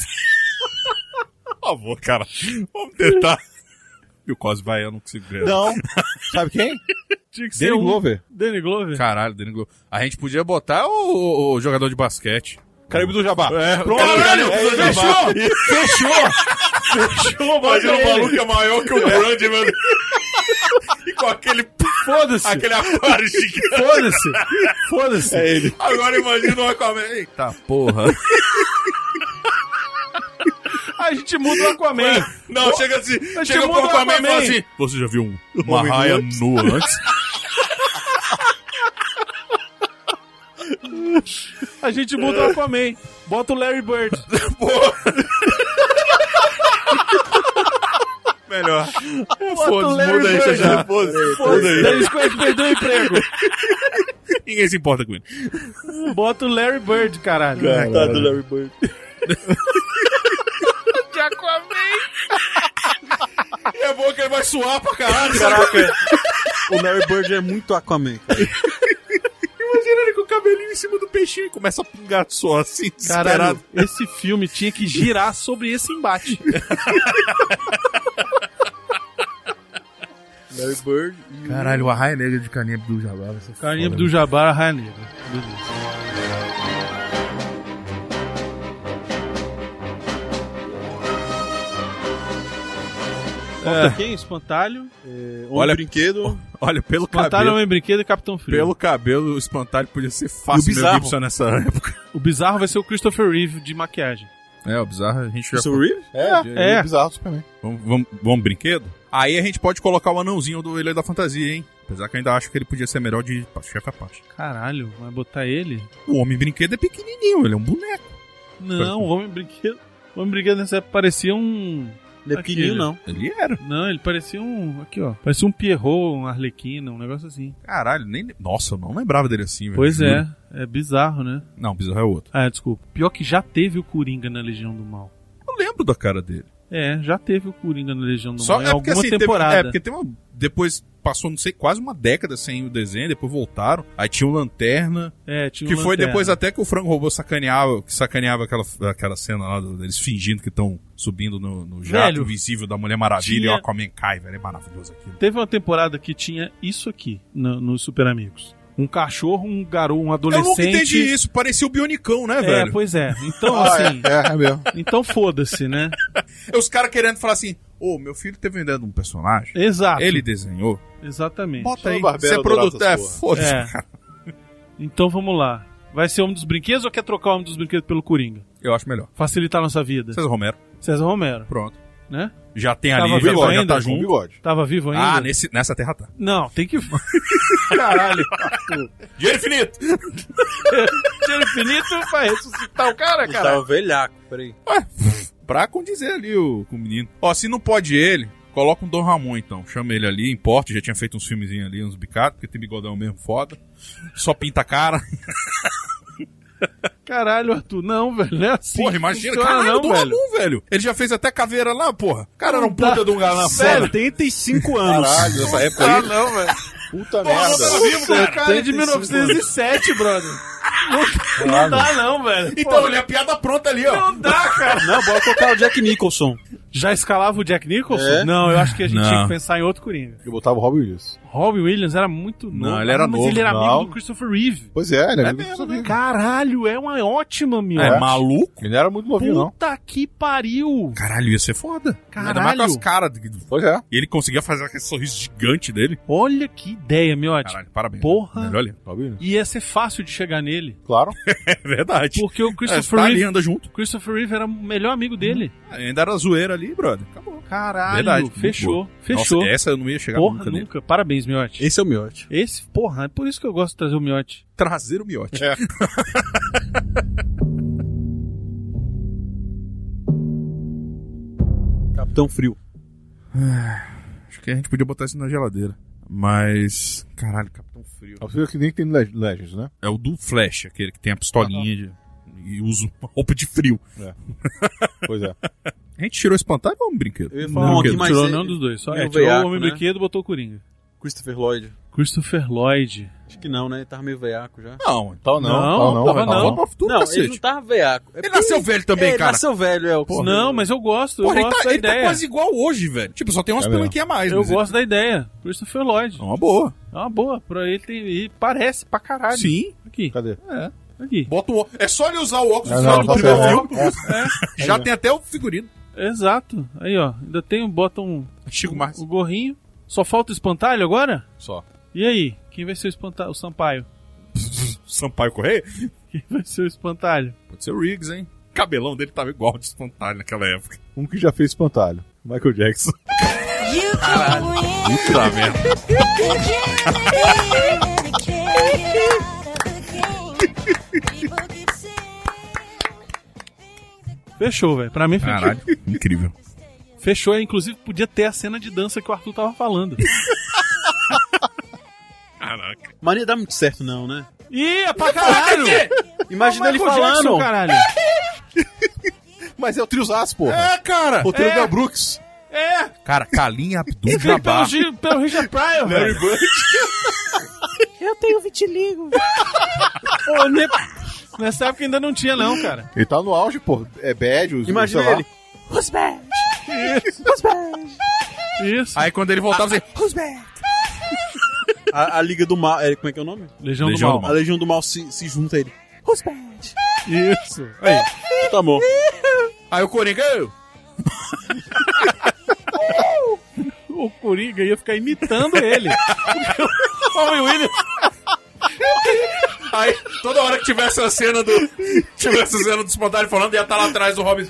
S2: Por favor, cara. Vamos tentar. E o Cosby vai, eu não consigo
S5: *laughs*
S2: ver.
S1: Não. Sabe quem?
S4: Tinha que ser
S1: Danny
S4: um...
S1: Glover.
S4: Danny Glover?
S2: Caralho, Danny Glover. A gente podia botar o, o- o jogador de basquete.
S1: Caribe do Jabá.
S2: É,
S1: Pronto.
S2: caralho,
S1: É ele,
S2: fechou! Fechou! fechou, mas o maluco é maior que o grande, *laughs* mano. E com aquele,
S4: Foda-se!
S2: aquele aquário gigante.
S4: Foda-se! Foda-se!
S1: É ele.
S2: Agora imagina o Aquaman. Eita
S4: *laughs*
S2: porra.
S4: A gente muda o Aquaman.
S2: Não, chega assim,
S4: mas
S2: chega
S4: que
S2: pro
S4: mundo é
S2: Aquaman e fala
S4: Aquaman?
S2: assim: Você já viu um, uma raia nua *laughs* antes?
S4: *laughs* A gente muda o Aquaman. Bota o Larry *laughs* Bird.
S2: *laughs* Melhor. É,
S4: Bota o Larry
S2: Muda aí,
S4: Bird.
S2: Xaxá. Muda aí.
S4: Dennis Quaid perdeu o emprego.
S2: Ninguém se importa com ele. Tá
S4: Bota o Larry Bird, caralho.
S5: Coitado tá do Larry Bird.
S2: É bom que ele vai suar pra caralho.
S5: Caraca. o Larry Bird é muito Aquaman. cara.
S2: Imagina ele com o cabelinho em cima do peixinho e começa a pingar de suor assim, desesperado.
S4: Caralho, esse filme tinha que girar sobre esse embate.
S5: Larry Bird e.
S9: Caralho, o Arraia Negra de Carinha do Jabá vai ser
S4: Carinha
S9: foda,
S4: do Jabá Raia Negra. Falta quem? Espantalho?
S5: é, Homem
S2: Olha-
S5: Brinquedo.
S2: Olha, pelo
S4: Espantalho,
S2: cabelo.
S4: Homem Brinquedo e Capitão Frio.
S2: Pelo cabelo, o espantalho podia ser
S5: E o
S2: fácil
S5: bizarro?
S2: meu Gibson nessa época.
S4: O bizarro vai ser o Christopher Reeve de maquiagem.
S2: É, o bizarro a gente
S5: Wilson Reeve?
S1: É, de-
S4: É.
S1: bizarro Superman.
S2: Vamos, vamos, vamos brinquedo? Aí a gente pode colocar o anãozinho do Ilha da Fantasia, hein? Apesar que eu ainda acho que ele podia ser melhor de chefe a parte.
S4: Caralho, vai botar ele?
S2: O homem brinquedo é pequenininho, ele é um boneco.
S4: Não,
S2: um
S4: o Homem Brinquedo. O Homem Brinquedo nessa época parecia um.
S5: Não é
S4: Aquele.
S5: pequenininho, não.
S2: Ele era.
S4: Não, ele parecia um. Aqui, ó. Parecia um Pierrot, um Arlequina, um negócio assim.
S2: Caralho, nem. Nossa, eu não lembrava dele assim, velho.
S4: Pois
S2: juro.
S4: é, é bizarro, né?
S2: Não, bizarro é outro.
S4: Ah, desculpa. Pior que já teve o Coringa na Legião do Mal.
S2: Eu lembro da cara dele.
S4: É, já teve o Coringa na Legião do
S2: Só
S4: Mal
S2: é
S4: em
S2: porque
S4: alguma
S2: assim, teve-
S4: temporada.
S2: é porque tem uma. Depois passou, não sei, quase uma década sem o desenho, depois voltaram. Aí tinha o Lanterna.
S4: É, tinha
S2: que
S4: um
S2: foi
S4: lanterna.
S2: depois até que o Frango Robô sacaneava, que sacaneava aquela, aquela cena lá do- deles fingindo que estão subindo no, no jato
S4: Velho,
S2: invisível da Mulher Maravilha
S4: tinha-
S2: e o Aquaman cai, velho. É maravilhoso aquilo.
S4: Teve uma temporada que tinha isso aqui no- nos Super Amigos. Um cachorro, um garoto, um
S2: Eu
S4: adolescente.
S2: nunca entendi isso, parecia o Bionicão, né,
S4: É,
S2: velho? Ah,
S4: pois é.
S2: *laughs*
S4: Então, assim.
S1: É, é mesmo.
S4: Então foda-se, né?
S2: É Os caras querendo falar assim, ô, meu filho tá vendendo um personagem,
S4: Exato.
S2: ele desenhou,
S4: Exatamente.
S2: bota
S1: Só
S2: aí,
S1: o Barbero
S2: você é
S1: adorava
S2: produtor,
S1: essa
S2: é,
S1: porra.
S2: foda-se,
S4: É.
S2: cara.
S4: Então vamos lá. Vai ser Homem dos Brinquedos ou quer trocar o Homem dos Brinquedos pelo Coringa?
S2: Eu acho melhor.
S4: Facilitar a nossa vida.
S2: César Romero,
S4: César Romero,
S2: pronto.
S4: né?
S2: Já tem
S4: Tava
S2: ali, já,
S4: vivo
S2: tá- já
S4: ainda?
S2: tá
S1: Com
S2: junto.
S1: bigode.
S4: Tava vivo ainda?
S2: Ah, nesse, nessa terra tá.
S4: Não, tem que. *laughs* Caralho.
S2: Dinheiro infinito!
S4: Dinheiro infinito vai ressuscitar o cara,
S5: Ele
S4: cara.
S5: tava velhaco. Peraí.
S2: Pra condizer ali o, com o menino. Ó, se não pode ele, Coloca um Dom Ramon, então. Chama ele ali, importe, já tinha feito uns filmezinhos ali, uns bicados, porque tem bigodão mesmo foda. Só pinta a cara.
S4: Caralho, Arthur, não, velho. Não é assim.
S2: Porra,
S4: que
S2: imagina,
S4: funciona,
S2: caralho,
S4: não,
S2: Dom
S4: velho.
S2: Ramon, velho. Ele já fez até caveira lá, porra. O cara era um
S4: Não dá.
S2: puta de um
S4: Tá
S2: galã foda. *laughs*
S5: 75 anos.
S1: Caralho, nessa época
S5: Ah,
S1: aí.
S5: não, velho.
S2: tá
S1: Puta merda.
S2: vivo, cara,
S4: Tem de
S2: 45 anos.
S4: 1907, brother. Não, não dá, não, velho.
S2: Então, olha a piada pronta ali, ó.
S4: Não dá, cara.
S5: Não, bora colocar o Jack Nicholson.
S4: Já escalava o Jack Nicholson?
S1: É.
S4: Não, eu acho que a gente
S2: Não.
S4: tinha que pensar em outro Coringa.
S1: Eu botava o Robin Williams.
S4: Robin Williams era muito novo.
S2: Não, ele era
S4: Ah, mas
S2: novo,
S4: ele era
S1: não.
S4: amigo do Christopher Reeve. né?
S1: Pois é, ele era muito
S2: mesmo,
S1: novinho.
S4: Caralho, é uma ótima, meu.
S2: É maluco?
S1: Ele não era muito novinho, não.
S4: Puta que pariu.
S2: Caralho, ia ser foda.
S4: Caralho.
S2: Ainda mais com as caras. de-
S1: Pois é.
S2: E ele conseguia fazer aquele sorriso gigante dele.
S4: Olha que ideia, meu.
S2: Caralho, parabéns.
S4: Porra.
S2: Melhor ali. *laughs*
S1: Robin Williams.
S4: E ia ser fácil de chegar nele.
S1: Claro.
S2: É verdade.
S4: Porque o
S2: Christopher
S4: Christopher
S2: tá ali, Uhum.
S4: Reeve...
S2: anda junto.
S4: Christopher Reeve era o melhor amigo dele.
S2: Ainda era zoeira ali, brother. Acabou.
S4: Caralho,
S2: Verdade,
S4: fechou, fechou.
S2: Nossa, essa eu não ia chegar
S4: porra,
S2: nunca
S4: nunca.
S2: nele.
S4: Parabéns, Miote.
S5: Esse é o Miotti.
S4: Esse, porra, é por isso que eu gosto de trazer o Miote.
S2: Trazer o miote.
S5: É.
S2: *laughs*
S5: Capitão Frio.
S2: Acho que a gente podia botar isso na geladeira. Mas. Caralho, Capitão Frio.
S1: É o filme que nem tem no Leg- Legends, né?
S2: É o do Flash, aquele que tem a pistolinha de- e usa uma roupa de frio.
S1: Pois é.
S2: A gente tirou esse pantalho ou é um brinquedo?
S5: Eu ia
S2: Não,
S5: falar aqui,
S2: brinquedo.
S5: mas
S4: tirou
S5: é-
S4: nenhum dos dois, só
S5: é
S4: é,
S5: o
S4: tirou
S5: veiaco,
S4: o Homem
S5: né?
S4: Brinquedo e botou o Coringa.
S5: Christopher Lloyd.
S4: Christopher Lloyd.
S5: Acho que não, né? Ele tava meio veiaco já.
S2: Não, então,
S1: Tal
S4: Não,
S1: não,
S4: tava
S1: tal
S4: não.
S1: não.
S2: Volta pro futuro,
S5: não,
S2: cacete.
S5: ele não tava veiaco. É
S2: Ele
S5: porque-
S2: nasceu velho também,
S5: é, ele
S2: cara.
S5: nasceu velho, é. o-
S4: não, mas eu gosto,
S2: Porra,
S4: eu
S2: ele,
S4: gosto
S2: tá,
S4: da
S2: ele tá
S4: ideia.
S2: quase igual hoje, velho. Tipo, só tem umas
S1: É mesmo.
S2: pelanquinhas a mais.
S4: Eu
S2: mas ele-
S4: gosto da ideia. Christopher Lloyd.
S2: É uma boa.
S4: É uma boa, pra ele tem. E parece pra caralho.
S2: Sim.
S4: Aqui,
S1: Cadê?
S4: aqui.
S2: Bota o ó- É só ele usar o óculos
S1: Não,
S2: no final
S1: não,
S2: do
S1: tá
S2: primeiro
S1: certo. É.
S2: filme. É. Já tem até o figurino.
S4: Exato. Aí, ó. Ainda tem, bota um,
S2: Chico
S4: o
S2: Marques.
S4: gorrinho. Só falta o espantalho agora?
S2: Só.
S4: E aí? Quem vai ser o espantalho? O Sampaio. *laughs*
S2: Sampaio Correia?
S4: Quem vai ser o espantalho?
S2: Pode ser o Riggs, hein? O cabelão dele tava igual de espantalho naquela época.
S1: Um que já fez espantalho. Michael Jackson.
S2: Puta merda.
S4: Fechou, velho. Pra mim, fechou.
S2: Caralho, incrível.
S4: Fechou, inclusive podia ter a cena de dança que o Arthur tava falando.
S2: Caraca.
S5: Mas não ia dar muito certo, não, né?
S4: Ih, é pra caralho!
S5: Imagina ele
S4: Michael Jackson,
S5: falando.
S4: caralho.
S1: Mas é o Triozaço, porra.
S2: É, cara.
S1: O trio
S4: é.
S1: da Brooks.
S4: É,
S2: Cara, Kalim
S4: veio pelo,
S2: Abdul-Jabbar.
S4: Gi- pelo Richard Pryor, velho. Pô, ne- Nessa época ainda não tinha, não, cara.
S1: Ele tá no auge, porra. É bad, os
S5: Imagina
S1: sei lá.
S5: ele.
S4: Isso.
S2: Aí quando ele voltava, assim, você...
S5: A, a Liga do Mal. é, como é que é o nome?
S4: Legião,
S2: Legião
S4: do
S2: do
S4: Mal.
S5: A Legião do Mal se, se junta a ele.
S4: Isso. Aí.
S5: Tá bom.
S2: Aí o Coringa... Eu.
S4: O Coringa ia ficar imitando ele. O *laughs* Homem Williams.
S2: Aí toda hora que tivesse a cena do... Tivesse a cena do espantalho falando, ia estar lá atrás do Robin.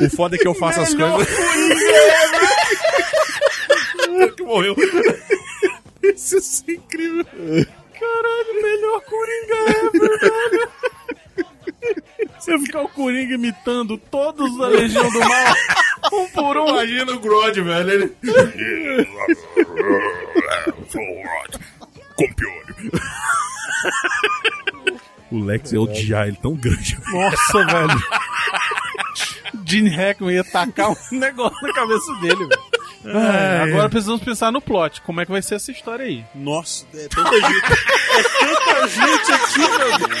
S2: O foda é que eu faço as coisas... *laughs* que morreu. Isso é incrível.
S4: Caralho, melhor Coringa ever, velho. Você ficar o Coringa imitando todos da Legião do Mal, um por um.
S2: Imagina o Grod, velho. Ele... Compione. O Lex ia odiar ele tão grande.
S4: Nossa, velho. Gene Hackman ia tacar um negócio na cabeça dele, velho. É, agora precisamos pensar no plot. Como é que vai ser essa história aí?
S5: Nossa, é tanta gente. É tanta gente aqui, meu Deus.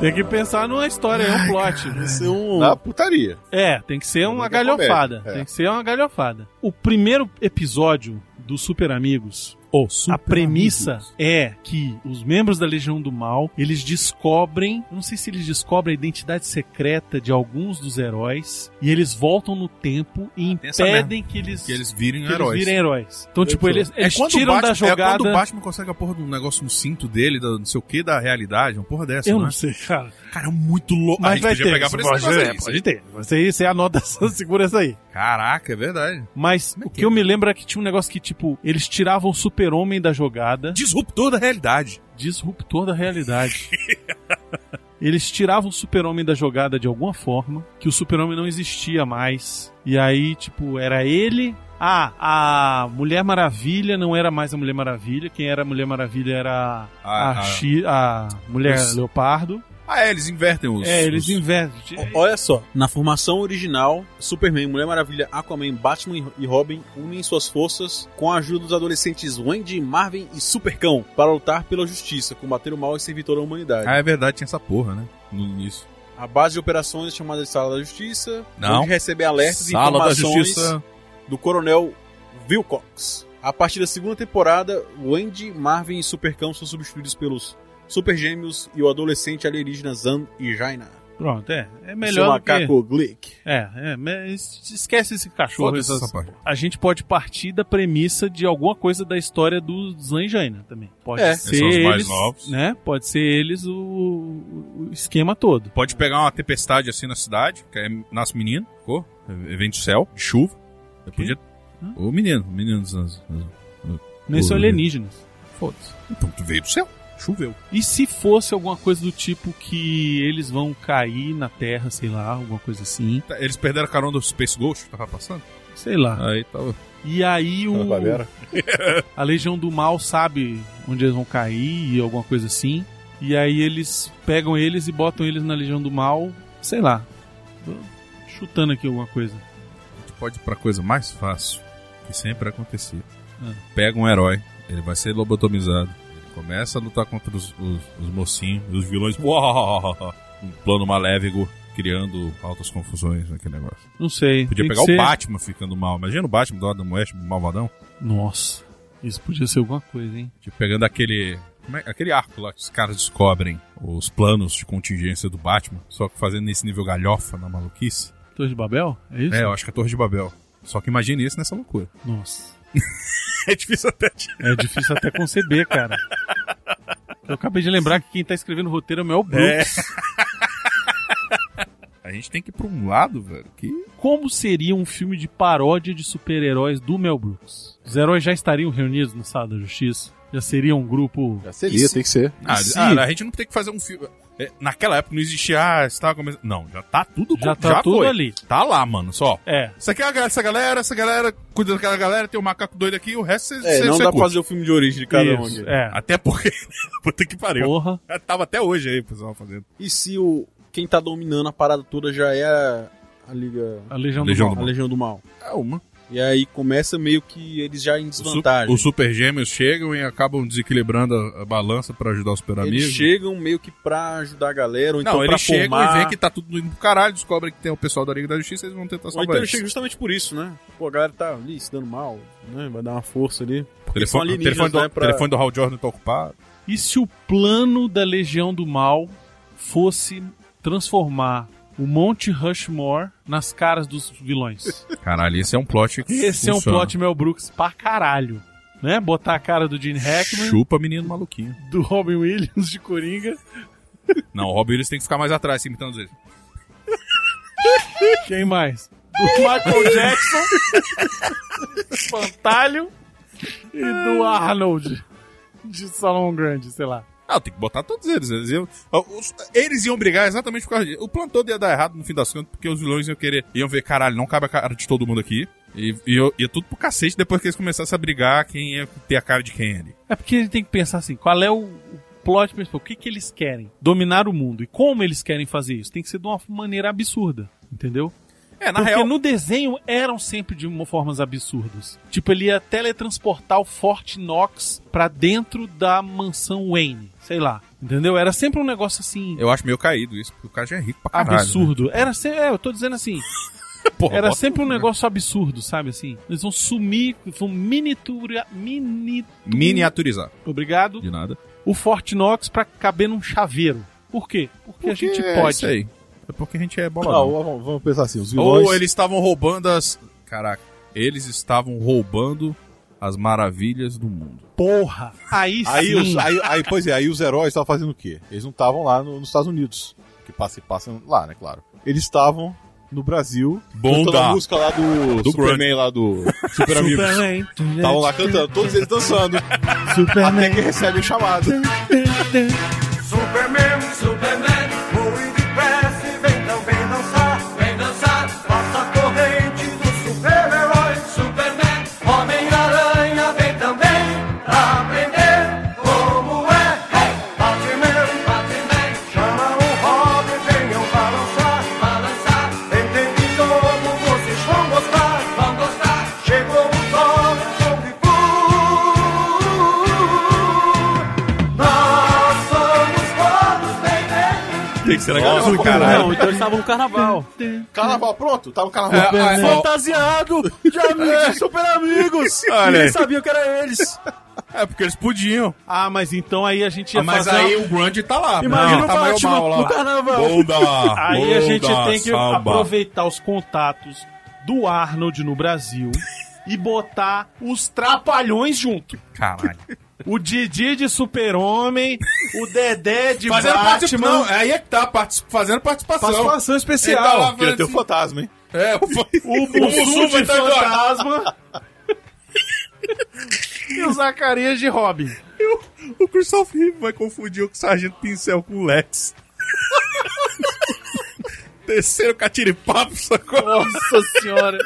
S4: Tem que pensar numa história, é um plot.
S1: Isso é um... Na putaria.
S4: É, tem que ser uma
S1: que é
S4: galhofada.
S1: comédia, é.
S4: Tem que ser uma galhofada. O primeiro episódio do Super Amigos. a premissa é que os membros da Legião do Mal, eles descobrem, eu não sei se eles descobrem a identidade secreta de alguns dos heróis, e eles voltam no tempo e
S2: Ah, tem essa
S4: impedem que eles,
S2: Que eles virem
S4: que
S2: heróis. É
S4: virem heróis. Então, tipo, eles, eles
S2: quando o
S4: tiram
S2: Batman-
S4: da
S2: É quando o
S4: jogada...
S2: Batman consegue a porra do negócio no cinto dele, da, não sei o que, da realidade, uma porra dessa,
S4: eu
S2: né?
S4: não sei, cara.
S2: Cara, é muito louco.
S4: Mas vai
S2: podia
S4: ter,
S2: pegar
S4: isso,
S2: por
S4: pode,
S2: esse negócio
S4: é,
S2: aí.
S4: pode ter. Você, você anota, é *laughs* segura essa aí.
S2: Caraca, é verdade.
S4: Mas o que eu me lembro é que tinha um negócio que, tipo, eles tiravam o super-homem da jogada.
S2: Disruptor da realidade.
S4: Disruptor da
S2: *laughs*
S4: realidade. eles tiravam o super-homem da jogada de alguma forma, que o super-homem não existia mais. E aí, tipo, era ele. Ah, a Mulher Maravilha não era mais a Mulher Maravilha. Quem era a Mulher Maravilha era a,
S2: A- a-
S4: Chi- a Mulher
S2: Os-
S4: Leopardo.
S2: Ah, é, eles invertem os.
S4: é, eles
S2: os-
S4: invertem.
S5: Olha só, na formação original, Superman, Mulher Maravilha, Aquaman, Batman e Robin unem suas forças com a ajuda dos adolescentes Wendy, Marvin e Supercão para lutar pela justiça, combater o mal e servir toda a humanidade.
S2: Ah, é verdade, tinha essa porra, né? No início.
S5: A base de operações é chamada de Sala da Justiça,
S2: Não.
S5: onde recebe alertas e
S2: Sala da
S5: informações
S2: Justiça.
S5: do Coronel Wilcox. A partir da segunda temporada, Wendy, Marvin e Supercão são substituídos pelos Super Gêmeos e o adolescente alienígena Zan e Jaina.
S4: Pronto, é. É
S5: Seu
S4: melhor do que...
S5: macaco Glick.
S4: É, é, mas esquece esse cachorro.
S2: Foda-se
S4: essas-
S2: essa parte.
S4: A gente pode partir da premissa de alguma coisa da história do Zan e Jaina também. Pode
S5: É.
S4: ser
S2: São os
S4: eles,
S2: mais novos.
S4: né? Pode ser eles o, o esquema todo.
S2: Pode pegar uma tempestade assim na cidade, que é, nasce menino, ficou? Evento de céu, de chuva. Eu podia.
S4: Hã?
S2: O menino, o menino dos anos.
S4: Nesse são
S2: Uhum.
S4: alienígenas. Foda-se.
S2: Então, tu veio do céu, choveu.
S4: E se fosse alguma coisa do tipo que eles vão cair na Terra, sei lá, alguma coisa assim,
S2: Tá, Eles perderam a carona do Space Ghost, que tava passando.
S4: sei lá.
S2: Aí tava.
S4: E aí o,
S1: Ana Barbera.
S4: a Legião do Mal sabe onde eles vão cair e alguma coisa assim. E aí eles pegam eles e botam eles na Legião do Mal, sei lá. Tô chutando aqui alguma coisa.
S2: A gente pode ir pra coisa mais fácil, que sempre acontecia.
S4: Ah.
S2: Pega um herói, ele vai ser lobotomizado. Ele começa a lutar contra os, os, os mocinhos, os vilões. *laughs* Uau! Um plano malévico, criando altas confusões naquele negócio.
S4: Não sei.
S2: Podia
S4: tem que
S2: pegar
S4: ser-
S2: o Batman ficando mal. Imagina o Batman do Adam West, malvadão.
S4: Nossa, isso podia ser alguma coisa, hein?
S2: Tipo, pegando aquele. como é- aquele arco lá que os caras descobrem os planos de contingência do Batman, só que fazendo nesse nível galhofa na maluquice.
S4: Torre de Babel? É isso?
S2: É, eu acho que é a Torre de Babel. Só que imagine isso nessa loucura. *laughs*
S4: Nossa.
S2: É difícil até de.
S4: É difícil até conceber, cara. Eu acabei de lembrar que quem tá escrevendo o roteiro é o Mel Brooks.
S2: A gente tem que ir pra um lado, velho, que.
S4: Como seria um filme de paródia de super-heróis do Mel Brooks? Os heróis já estariam reunidos na Sala da Justiça? Já seria um grupo
S1: Já seria, tem que ser.
S2: Ah,
S4: se-
S2: ah, a gente não tem que fazer um filme. é, naquela época não existia. Ah, estava começando. Não, já tá tudo
S4: Já
S2: co-
S4: tá tudo
S2: foi.
S4: ali.
S2: Tá lá, mano, só.
S4: É.
S2: Isso aqui é a galera, essa galera, essa galera, cuida daquela galera, tem o macaco doido aqui, o resto você
S5: É, não dá pra fazer o filme de origem de cada um.
S4: isso,
S5: aqui.
S4: É.
S2: Até porque. *laughs* Puta que pariu.
S4: Porra.
S2: Tava até hoje aí, o pessoal fazendo.
S5: E se o quem tá dominando a parada toda já é a, a Liga.
S4: A Legião,
S2: Legião
S4: do
S2: do
S5: A
S4: Mal.
S5: Legião do Mal.
S2: É uma.
S5: E aí começa meio que eles já em desvantagem.
S2: Os super gêmeos chegam e acabam desequilibrando a, a balança pra ajudar os super
S5: eles
S2: amigos.
S5: chegam meio que pra ajudar a galera, ou
S2: não,
S5: então pra
S2: eles chegam
S5: formar...
S2: e veem que tá tudo indo pro caralho, descobrem que tem o pessoal da Liga da Justiça, eles vão tentar
S5: Ou
S2: salvar
S5: então eles
S2: eles.
S5: chegam justamente por isso, né? Pô, a galera tá ali se dando mal, né? Vai dar uma força ali. são
S2: telefone,
S5: alienígenas,
S2: telefone do,
S5: né, pra-
S2: telefone do Hal Jordan tá ocupado.
S4: E se o plano da Legião do Mal fosse transformar o Monte Rushmore nas caras dos vilões?
S2: Caralho, esse é um plot que
S4: Esse é um
S2: funciona.
S4: plot Mel Brooks pra caralho. Né? Botar a cara do Gene Hackman,
S2: Chupa menino maluquinho.
S4: do Robin Williams de Coringa.
S2: Não, o Robin Williams tem que ficar mais atrás, assim, imitando eles.
S4: Quem mais? Do Michael Jackson, do Espantalho e do Arnold de Salão Grande, sei lá.
S2: Ah, tem que botar todos eles. Eles iam, Ah, os- eles iam brigar exatamente por causa disso. O plano todo ia dar errado no fim das contas, porque os vilões iam querer. Iam ver, caralho, não cabe a cara de todo mundo aqui. E, e eu- ia tudo pro cacete depois que eles começassem a brigar, quem ia ter a cara de quem ali.
S4: É porque a gente tem que pensar assim, qual é o o plot principal? O que, que eles querem? Dominar o mundo. E como eles querem fazer isso? Tem que ser de uma maneira absurda, entendeu?
S2: É, na
S4: porque
S2: real.
S4: no desenho eram sempre de uma- formas absurdas. Tipo, ele ia teletransportar o Fort Knox pra dentro da mansão Wayne, sei lá. Entendeu? Era sempre um negócio assim.
S2: Eu acho meio caído isso, porque o cara já é rico pra caralho. né?
S4: absurdo. Era se... É, eu tô dizendo assim.
S2: Porra,
S4: era
S2: bota
S4: sempre um negócio absurdo, sabe assim? Eles vão sumir, vão miniatura. Mini...
S2: Né? Miniaturizar.
S4: Obrigado.
S2: De nada.
S4: O Fort Knox pra caber num chaveiro. Por quê? Porque, a gente
S2: é
S4: pode.
S2: Isso aí. É porque a gente é bola.
S1: Não, vamos- vamos pensar assim, os vilões...
S2: Ou eles estavam roubando as. Caraca, eles estavam roubando as maravilhas do mundo.
S4: Porra! Aí,
S1: Aí,
S4: sim.
S1: os, aí, aí, pois é, aí os heróis estavam fazendo o quê? Eles não estavam lá no- nos Estados Unidos, que passa e passa lá, né, claro. Eles estavam no Brasil,
S2: Bunda.
S1: cantando a música lá do,
S2: Do
S1: Superman, lá do Super Amigos. Estavam lá cantando, todos eles dançando, até que recebem o chamado.
S8: Superman, Superman, voe depressa e vem também dançar, vem dançar, faça a corrente do super-herói, Superman, Homem-Aranha, vem também pra aprender como é. Hey! Batman, Batman, chama o Robin, venham balançar, balançar, entendi como vocês vão gostar, vão gostar, chegou o homem com Bifu. Nós somos todos bem-vindos.
S2: Tem que ser legal.
S1: Nossa,
S2: caralho.
S5: Não, então eles estavam no carnaval.
S1: Carnaval, pronto, tava o carnaval.
S5: *laughs* Fantasiado de amigos, de super amigos.
S2: Olha aí.
S5: Ninguém sabia que era eles.
S2: É porque eles podiam.
S4: Ah, mas então aí a gente ia
S2: Ah, mas
S4: fazer.
S2: aí o Grande tá lá.
S5: Imagina
S2: Não,
S5: o
S2: tá meio
S5: Batman
S2: mal lá.
S5: no carnaval.
S2: Bunda,
S4: Aí a gente
S2: bunda,
S4: tem que
S2: samba.
S4: aproveitar os contatos do Arnold no Brasil e botar os trapalhões junto.
S2: Caralho.
S4: O Didi de Super-Homem, o Dedé de
S2: Fazendo participação.
S4: Batman.
S2: Não, aí é que tá, partici- fazendo participação.
S4: Participação
S2: Ele tá lá
S4: especial.
S1: Queria ter o
S2: fazendo...
S1: fantasma, hein?
S2: É, o
S4: O Bussum de Fantasma. *laughs* e o Zacarias de Robin.
S2: O Christoph Reeve vai confundir o Sargento Pincel com o *laughs* Lex. Terceiro catiripapo, sacou?
S4: Nossa senhora.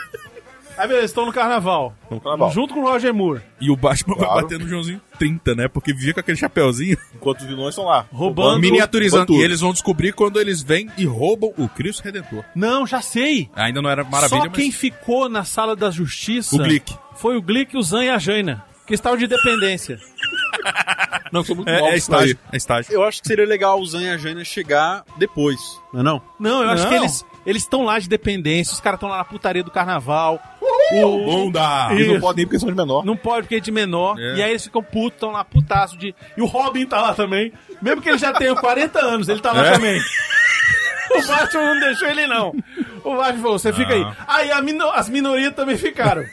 S4: Aí beleza, estão no carnaval.
S1: No carnaval.
S4: Junto com o Roger Moore.
S2: E o Batman vai
S1: Claro.
S2: bater no Joãozinho 30, né? Porque vivia com aquele chapéuzinho
S1: Enquanto os vilões estão lá.
S4: Roubando.
S2: miniaturizando.
S1: tudo.
S2: E eles vão descobrir quando eles vêm e roubam o Cristo Redentor.
S4: Não, já sei.
S2: Ainda não era maravilha,
S4: Só quem ficou na sala da justiça
S2: O Glick.
S4: foi o Glick, o Zan e a Jaina, que estavam de dependência.
S2: Não, sou muito é,
S5: novos
S2: é estágio. É estágio.
S5: Eu acho que seria legal o Zan e a Jaina chegar depois, não é não?
S4: Não, eu acho
S2: Não.
S4: que eles eles estão lá de dependência, os caras estão lá na putaria do carnaval. O-
S2: Bunda!
S1: Eles não
S4: Isso.
S1: podem ir porque são de menor.
S4: Não pode, porque é de menor.
S2: É.
S4: E aí eles ficam putos, estão lá putaço de. E o Robin tá lá também. Mesmo que ele já tenha 40 anos, ele tá lá
S2: É.
S4: também. O Batman não deixou ele, não. O Batman falou: você fica aí.
S2: Ah.
S4: Aí a mino- as minorias também ficaram.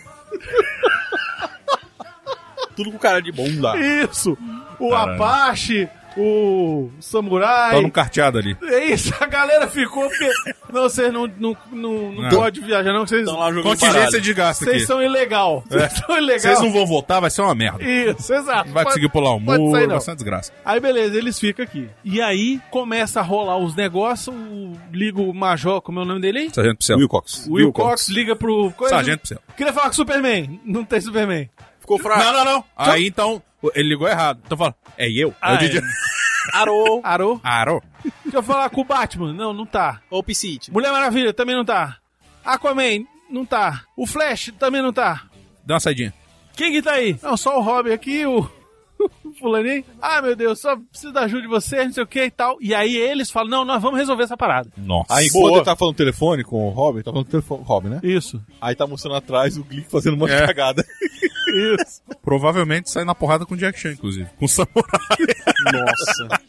S5: Tudo com cara de bunda.
S4: Isso! O
S2: Caralho.
S4: Apache, o Samurai.
S2: Tá
S1: um
S2: num carteado ali.
S4: É isso, a galera ficou porque. Não, vocês não, não, não, não
S2: Não.
S4: pode viajar, não, que vocês.
S5: Estão lá jogando
S2: Contingência
S5: baralho.
S2: de gasto aqui. É.
S4: Vocês são ilegal. Vocês são ilegal.
S2: Vocês não vão voltar, vai ser uma merda.
S4: Isso, exato.
S2: Não vai conseguir pular o
S4: pode
S2: muro,
S4: sair, não.
S2: vai ser uma desgraça.
S4: Aí beleza, eles ficam aqui. E aí começa a rolar os negócios, o... liga o Major, como é o nome dele aí?
S2: Sargento Pincel.
S1: Wilcox.
S4: Will Cox liga pro. Coisa...
S2: Sargento Pincel.
S4: Queria falar com o Superman. Não tem Superman.
S5: Ficou fraco.
S2: Não, não, não. Aí então, ele ligou errado. Então fala, é eu?
S4: Ah,
S2: é o DJ.
S4: é.
S2: *laughs*
S5: Arô.
S4: Arô?
S2: Aro.
S4: Queria falar com o Batman. Não, não tá.
S5: Ou Piscite.
S4: Mulher Maravilha também não tá. Aquaman não tá. O Flash também não tá.
S2: Dá uma saidinha.
S4: Quem que tá aí? Não, só o Robin aqui, o. *laughs* o Fulaninho. Ah, meu Deus, só preciso da ajuda de vocês, não sei o que e tal. E aí eles falam: não, nós vamos resolver essa parada.
S2: Nossa.
S1: Aí, enquanto ele tá falando no telefone com o Robin, tá falando no telefone com o Robin, né?
S4: Isso.
S1: Aí tá mostrando atrás o Glick fazendo uma
S2: É.
S1: cagada.
S4: Isso.
S2: Provavelmente sai na porrada com o Jack Chan, inclusive. Com o Samurai.
S4: *laughs*
S5: Nossa.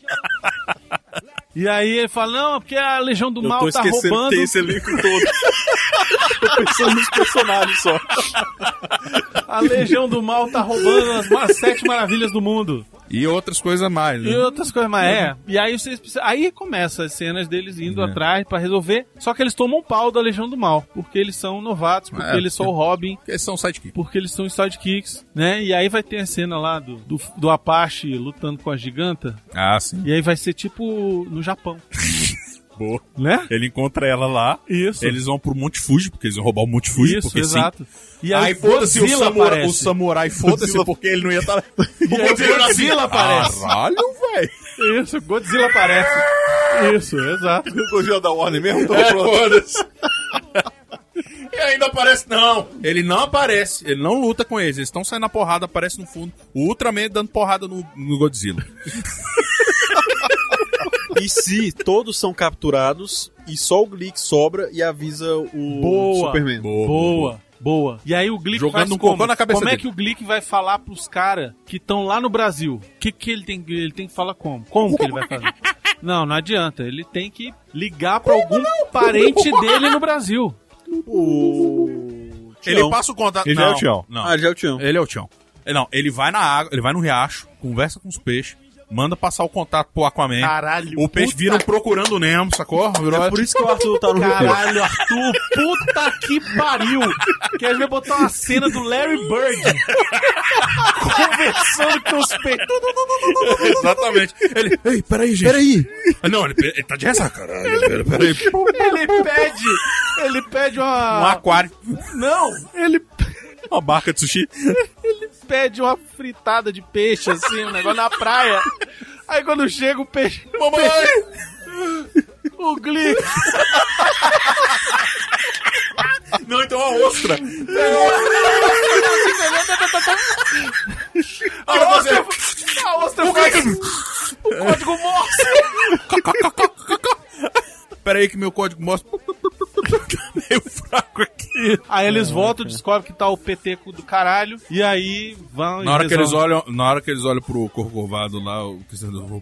S4: E aí ele fala: não, é porque a Legião do Mal tá roubando.
S5: que tem esse elenco todo. Tô pensando nos personagens só.
S4: A Legião do Mal tá roubando as ma- sete maravilhas do mundo.
S2: E outras coisas a mais, né?
S4: E outras coisas, mas é. E aí vocês precisam- Aí começa as cenas deles indo
S2: É.
S4: atrás pra resolver. Só que eles tomam um pau da Legião do Mal. Porque eles são novatos, porque
S2: É,
S4: eles são o Robin.
S2: Porque são sidekick.
S4: Porque eles são os sidekicks, né? E aí vai ter a cena lá do, do, do Apache lutando com a giganta.
S2: Ah, sim.
S4: E aí vai ser tipo no Japão,
S2: Boa.
S4: né?
S2: Ele encontra ela lá.
S4: Isso.
S2: Eles vão pro Monte Fuji, porque eles vão roubar o Monte Fuji,
S4: Isso,
S2: porque sim.
S4: exato. E
S2: Aí, foda-se o
S4: Godzilla
S2: samurai,
S4: aparece.
S2: o samurai foda-se, porque ele não ia tá estar...
S4: *laughs* E aí o Godzilla aparece.
S2: Caralho, velho.
S4: Isso, Godzilla aparece. Isso, exato.
S1: O Godzilla da Warner mesmo? Tô
S2: É, *laughs*
S1: pronto.
S2: foda-se. E ainda aparece, não. Ele não aparece, ele não luta com eles. Eles estão saindo na porrada, aparece no fundo. O Ultraman dando porrada no, no Godzilla.
S5: E se todos são capturados e só o Glick sobra e avisa o
S4: Boa.
S5: Superman.
S4: Boa. Boa. boa. E aí o Glick
S5: Jogando
S4: faz
S5: um
S4: como?
S5: cocô na cabeça
S4: Como é
S5: dele.
S4: que o Glick vai falar pros caras que estão lá no Brasil? O que, que ele tem que ele tem que falar como? Como que ele vai fazer? Não, não adianta. Ele tem que ligar pra algum parente dele no Brasil.
S2: Ele passa o contato.
S4: Ele
S2: não,
S4: é o Tião.
S2: Não.
S4: Ah,
S5: ele é o Tião.
S2: Ele é o Tião. Ele- Não, ele vai na água, ele vai no riacho, conversa com os peixes, manda passar o contato pro Aquaman.
S4: Caralho,
S2: O peixe
S4: puta
S2: vira um procurando o Nemo, sacou? Virou-
S5: É por isso que o Arthur tá no
S4: Caralho, Arthur, puta que pariu! Quer ver botar uma cena do Larry Bird conversando com os peitos.
S2: *laughs* Exatamente. Ele, ei, peraí, gente. Peraí. Não, ele, ele tá de ressaca. Caralho, pera- peraí.
S4: Ele pede, ele pede
S2: Um
S4: uma...
S2: aquário,
S4: Não, ele
S2: *laughs* uma barca de sushi.
S4: Ele pede uma fritada de peixe, assim, um negócio na praia. Aí quando chega o peixe. Mamãe! O Glee!
S2: Não, então é uma
S4: *laughs*
S2: ostra. Ah,
S4: A
S2: é-
S4: ostra, a ostra assim, faz o código morse!
S2: *laughs* Peraí que meu código mostra. *laughs* Meio fraco aqui.
S4: Aí eles voltam, descobrem que tá o peteco do caralho. E aí vão e
S2: Na hora, que eles
S4: resolvem.
S2: olham, na hora que eles olham pro Corcovado lá, o que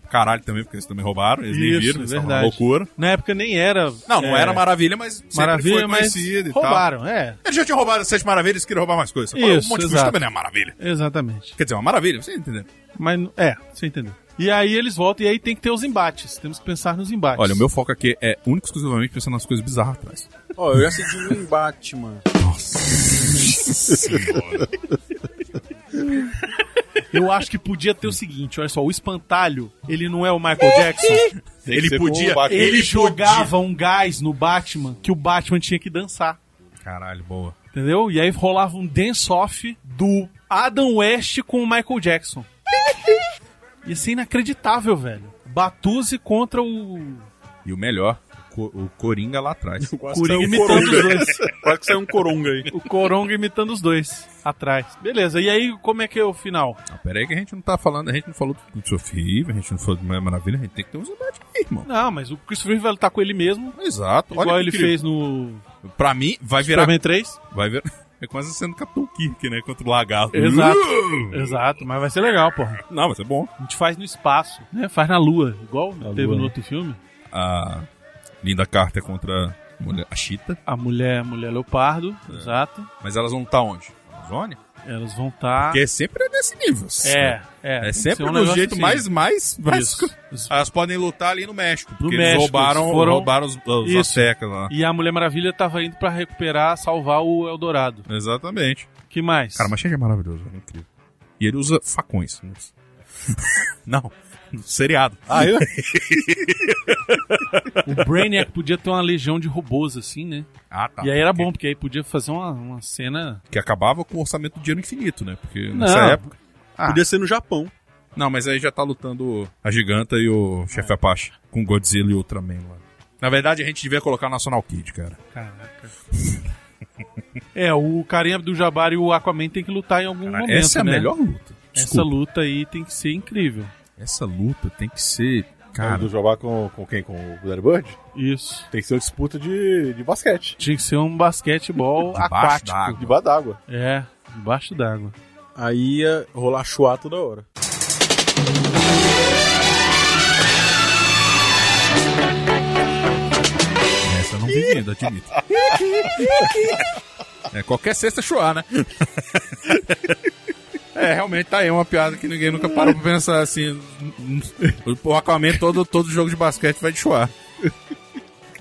S2: caralho também, porque eles também roubaram, eles nem
S4: Isso,
S2: viram, eles estavam na
S4: verdade.
S2: loucura.
S4: Na época nem era.
S2: Não, não
S4: é,
S2: era maravilha, mas sempre
S4: maravilha,
S2: foi
S4: mas
S2: conhecido e tal.
S4: roubaram, é.
S2: Eles já tinham roubado as Sete Maravilhas eles queriam roubar mais coisas. Agora,
S4: Isso,
S2: um monte de coisa
S4: exato.
S2: também não é uma maravilha.
S4: Exatamente.
S2: Quer dizer, uma maravilha, você entendeu?
S4: Mas, é, você entendeu. E aí eles voltam, e aí tem que ter os embates. Temos que pensar nos embates.
S2: Olha, o meu foco aqui é único e exclusivamente pensando nas coisas bizarras atrás.
S5: Ó, eu já senti um embate, mano.
S4: Eu acho que podia ter o seguinte, olha só, o espantalho, ele não é o Michael Jackson.
S2: Ele podia.
S4: Ele jogava um gás no Batman que o Batman tinha que dançar,
S2: Caralho, boa.
S4: entendeu? E aí rolava um dance-off do Adam West com o Michael Jackson. Ia ser inacreditável, velho. Batuse contra o
S2: E o melhor, o Co- o Coringa lá atrás.
S4: Coringa imitando os dois.
S5: Quase que saiu um coronga aí.
S4: O Coronga *laughs* imitando os dois atrás. Beleza, e aí como é que é o final?
S2: Ah, pera aí que a gente não tá falando, a gente não falou do Sofia, a gente não falou do Mulher Maravilha, a gente tem que ter uns debates aqui, irmão.
S4: Não, Ah, mas o Christopher vai lutar com ele mesmo,
S2: Exato.
S4: igual
S2: que
S4: ele
S2: incrível.
S4: fez no
S2: Pra mim, vai virar...
S4: Superman 3.
S2: Vai virar... *laughs* É quase sendo Capitão Kirk, né? Contra o lagarto.
S4: Exato. Exato, mas vai ser legal, porra.
S2: *laughs* Não, mas é bom.
S4: A gente faz no espaço, né? Faz na lua, igual teve
S5: lua, né?
S4: no outro filme.
S2: A Linda Carter contra a, mulher, a Cheetah.
S4: A mulher, a mulher leopardo,
S2: É.
S4: exato.
S2: Mas elas vão estar onde? Na Amazônia?
S4: Elas vão estar.
S2: Porque sempre é nesse nível.
S4: É, é.
S2: É
S4: tem que
S2: sempre
S4: ser um
S2: do
S4: negócio
S2: jeito
S4: assim.
S2: mais, mais, mais...
S4: Isso. Isso.
S2: Elas podem lutar ali no México. Porque eles
S4: México,
S2: roubaram,
S4: eles foram-
S2: roubaram os, os
S4: Isso.
S2: aztecas lá.
S4: E a Mulher Maravilha tava indo pra recuperar, salvar o Eldorado.
S2: Exatamente.
S4: Que mais?
S2: Cara, Machete é maravilhoso, é incrível. E ele
S4: *laughs*
S2: usa facões. né? Não, no seriado.
S1: Ah,
S4: é?
S1: eu?
S4: O Brainiac podia ter uma legião de robôs assim, né?
S2: *laughs* Ah, tá.
S4: e aí era bom, porque aí podia fazer uma, uma cena.
S2: Que acabava com o orçamento do dinheiro infinito, né? Porque
S4: Não.
S2: nessa época.
S5: Podia ser no Japão.
S2: Não, mas aí já tá lutando a giganta e o
S4: É.
S2: chefe Apache com Godzilla e Ultraman lá. Na verdade, a gente devia colocar o National Kid, cara.
S4: Caraca. é, o carinha do Jabari e o Aquaman tem que lutar em algum
S2: Cara,
S4: momento.
S2: essa é a
S4: né?
S2: melhor luta.
S4: Essa
S2: Desculpa.
S4: luta aí tem que ser incrível.
S2: Essa luta tem que ser.
S1: Cara.
S2: Cara,
S1: É Do Jobá com, com quem? Com o Larry Bird?
S4: Isso.
S1: Tem que ser uma disputa de, de basquete.
S4: Tinha que ser um basquetebol
S2: Debaixo
S4: aquático.
S2: d'água.
S1: Debaixo d'água.
S4: É, debaixo d'água.
S5: Aí ia rolar chuá toda hora.
S2: essa eu não vi ainda, admito. é qualquer sexta chorar, né? *laughs* É, realmente tá aí uma piada que ninguém nunca parou pra pensar assim. O Aquaman, todo, todo jogo de basquete vai de chorar.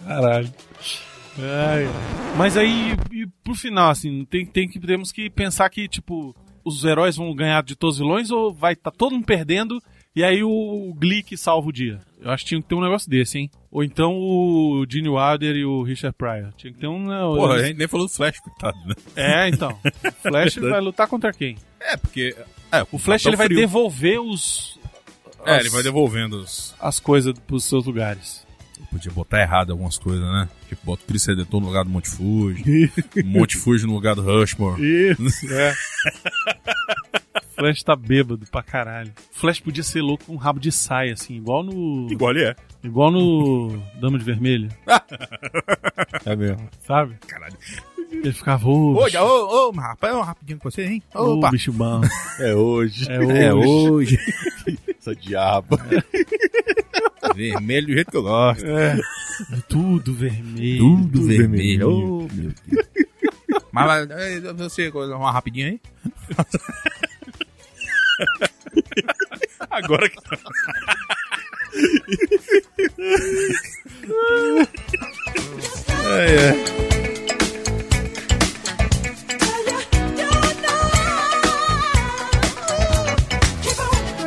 S4: Caralho. Mas aí, e pro final, assim, tem, tem que, temos que pensar que, tipo, os heróis vão ganhar de todos os vilões ou vai tá todo mundo perdendo e aí o Glick salva o dia. Eu acho que tinha que ter um negócio desse, hein? Ou então o Gene Wilder e o Richard Pryor. Tinha que ter um...
S2: Porra, a gente nem falou do Flash, coitado, né?
S4: É, então. O Flash vai lutar contra quem?
S2: É, porque. É,
S4: O Flash ele vai devolver os...
S2: É,
S4: as-
S2: ele vai devolvendo os.
S4: as coisas pros seus lugares.
S2: Podia botar errado algumas coisas, né? Tipo, bota o Chris Redentor no lugar do Monte Fuji. Monte Fuji no lugar do Rushmore.
S4: Isso, é. *laughs* Flash tá bêbado pra caralho. Flash podia ser louco com um rabo de saia, assim, igual no.
S2: Igual ele é.
S4: Igual no. Dama de Vermelho.
S2: É mesmo.
S4: Sabe?
S2: Caralho.
S4: Ele ficava. Ô,
S2: Ô,
S4: bicho,
S2: já, ô, ô, rapaz, ô, rapidinho com você, hein?
S4: ô,
S2: Opa.
S4: bicho bom.
S1: É hoje.
S2: *laughs*
S4: É hoje.
S2: hoje.
S1: Essa diabo.
S2: É. vermelho do jeito que eu gosto.
S4: Tudo vermelho.
S2: Tudo, vermelho. Ô, meu Deus. Mas eh, você, uma rapidinha aí? Agora que tá.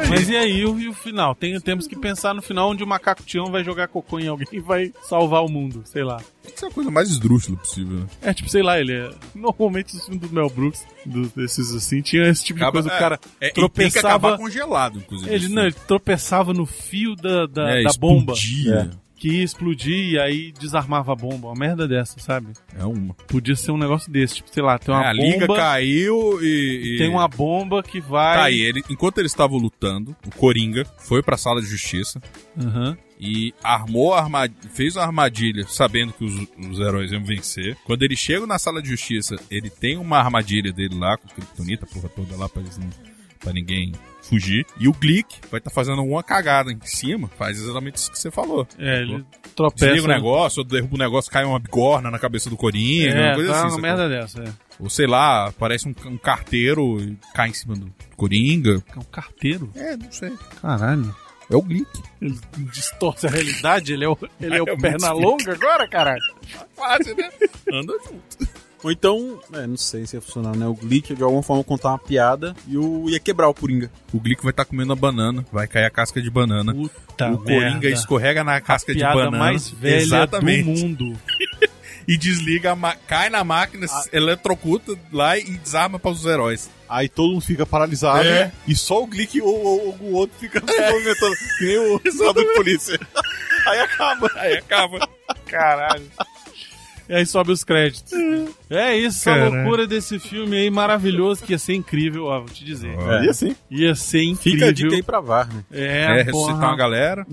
S4: Mas e aí, e o, e o final? Tem, temos que pensar no final onde o macaco Tião vai jogar cocô em alguém e vai salvar o mundo, sei lá.
S2: Tem que ser é a coisa mais esdrúxula possível, né?
S4: É tipo, sei lá, ele é. Normalmente os filmes do Mel Brooks, do- desses assim, tinha esse tipo de coisa. o cara
S2: é, e Tem que
S4: tropeçava.
S2: acabar congelado, inclusive.
S4: Ele,
S2: isso.
S4: não, ele tropeçava no fio da, da,
S2: É,
S4: da bomba
S2: explodia.
S4: que ia explodir e aí desarmava a bomba. Uma merda dessa, sabe?
S2: É, uma.
S4: Podia ser um negócio desse, tipo, sei lá, tem uma
S2: É, a
S4: bomba.
S2: liga caiu e. e-
S4: Tem uma bomba que vai.
S2: Tá aí, ele, enquanto eles estavam lutando, o Coringa foi pra sala de justiça
S4: Aham.
S2: e armou a armadilha, fez a armadilha sabendo que os, os heróis iam vencer. Quando ele chega na sala de justiça, ele tem uma armadilha dele lá, com criptonita, porra toda lá pra, eles não, pra ninguém fugir. E o Glick vai estar fazendo uma cagada em cima, faz exatamente isso que você falou.
S4: É, ele um- tropeça.
S2: Desliga o negócio, ou derruba o negócio, cai uma bigorna na cabeça do Coringa,
S4: É,
S2: uma coisa
S4: tá
S2: assim.
S4: uma
S2: sacou?
S4: merda dessa, é.
S2: Ou sei lá, aparece um, um carteiro e cai em cima do Coringa.
S4: É um carteiro?
S2: É, não sei.
S4: Caralho.
S2: É o Glick.
S4: Ele distorce a realidade, ele é o, ele é
S2: *laughs* É
S4: o
S2: muito
S4: perna longa agora, caralho.
S2: Quase, né? *laughs* Anda junto.
S5: Ou então, é, não sei se ia funcionar, né? O Glick de alguma forma contar uma piada e o ia quebrar o Coringa.
S2: O Glick vai estar comendo a banana, vai cair a casca de banana.
S4: Puta
S2: o Coringa
S4: merda.
S2: escorrega na casca de
S4: piada
S2: banana.
S4: mais velha
S2: exatamente.
S4: do mundo.
S2: E desliga, a ma- cai na máquina,
S1: Ah.
S2: se eletrocuta lá e desarma para os heróis. É.
S1: Aí todo mundo fica paralisado e só o Glick ou, ou- ou o
S2: *laughs*
S1: outro fica se movimentando. Que nem o estado de polícia. Aí acaba.
S2: Aí acaba.
S4: Caralho. E aí sobe os créditos. É isso, a
S2: Caralho.
S4: loucura desse filme aí maravilhoso, que ia ser incrível, ó, vou te dizer.
S1: E assim.
S4: Ia ser
S5: Fica
S4: incrível.
S5: a dica aí pra VAR, né?
S4: É,
S2: É,
S4: é
S2: ressuscitar
S4: porra,
S2: uma galera.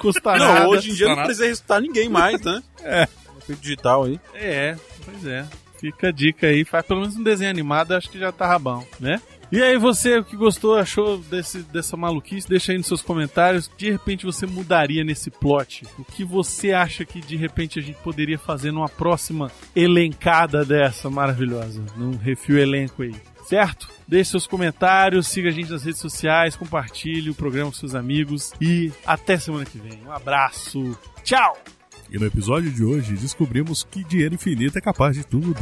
S4: custa nada.
S5: Não, hoje em dia não
S2: nada.
S5: precisa ressuscitar ninguém mais, né? *laughs* É. Efeito digital aí.
S4: É, pois é. Fica a dica aí, faz pelo menos um desenho animado, acho que já tá rabão, né? E aí você, o que gostou, achou desse, dessa maluquice, deixa aí nos seus comentários. De repente você mudaria nesse plot? O que você acha que de repente a gente poderia fazer numa próxima elencada dessa maravilhosa? Num refil elenco aí, certo? Deixe seus comentários, siga a gente nas redes sociais, compartilhe o programa com seus amigos e até semana que vem. Um abraço, tchau!
S7: E no episódio de hoje descobrimos que dinheiro infinito é capaz de tudo.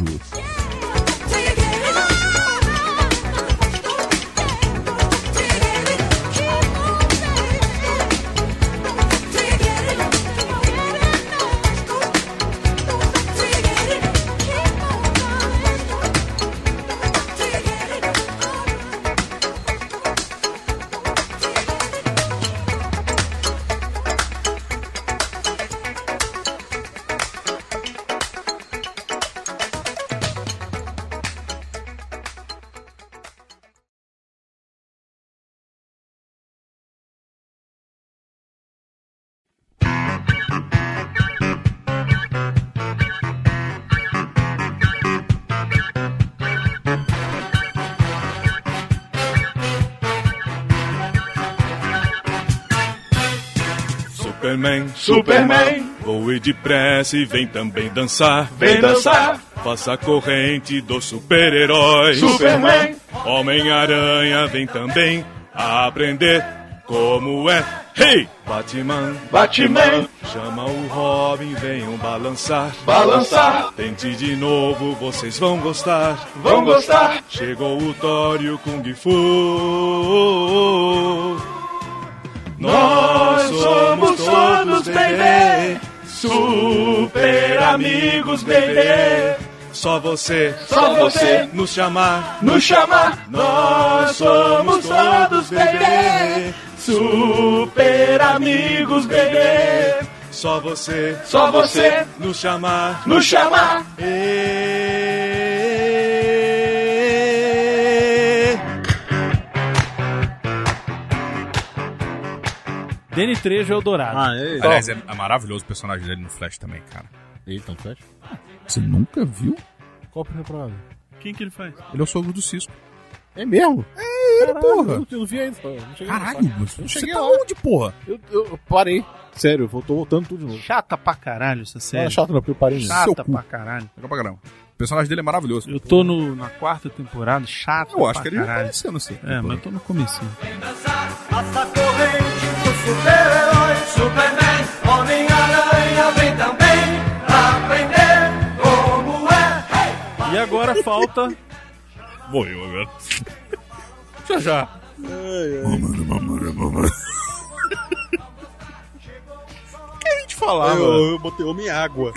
S3: Superman,
S10: Superman,
S3: voe depressa e vem também dançar.
S10: vem dançar.
S3: Faça a corrente dos super-heróis.
S10: Superman,
S3: Homem-Aranha vem também aprender como é. Hey! Batman,
S10: Batman,
S3: chama o Robin, venham balançar.
S10: balançar.
S3: Tente de novo, vocês vão gostar.
S10: Vão gostar.
S3: Chegou o Thor e o Kung Fu. Nós somos todos, bebê. Super amigos, bebê. Só você,
S10: Só você
S3: nos chamar.
S10: nos chamar.
S3: Nós somos todos, bebê. Super amigos, bebê. Só você,
S10: Só você
S3: nos chamar.
S10: nos chamar.
S3: Ei.
S4: Danny Trejo é o Dourado.
S2: Aliás, é, é maravilhoso o personagem dele no Flash também, cara. Ele tá no Flash? Você nunca viu?
S1: Qual o reprova?
S4: Quem que ele faz?
S2: Ele é o sogro do Cisco.
S1: É mesmo?
S2: É ele, porra.
S1: Eu não vi ainda. pô. Eu não cheguei
S2: Caralho,
S1: nessa parte.
S2: mas
S1: Eu não
S2: você
S1: cheguei
S2: tá
S1: lá.
S2: onde, porra?
S1: Eu, eu parei. Sério, eu tô voltando tudo de novo.
S4: Chata pra caralho essa série.
S1: Não é chato não, porque eu parei nisso.
S2: Seu
S4: Chata
S2: cu.
S4: pra caralho.
S2: Legal pra caramba. O personagem dele é maravilhoso.
S4: Eu tô no, na quarta temporada, chata
S2: Eu acho
S4: pra
S2: que ele já
S4: caralho.
S2: apareceu, não sei.
S4: É, mas eu tô no comecinho.
S8: Passa a corrente do super-herói Superman, Homem-Aranha vem também Pra aprender como é
S4: E agora falta
S2: Morreu agora. já já. Mamara, mamara, mamara. O que a gente falava?
S1: Eu, eu botei Homem-Água.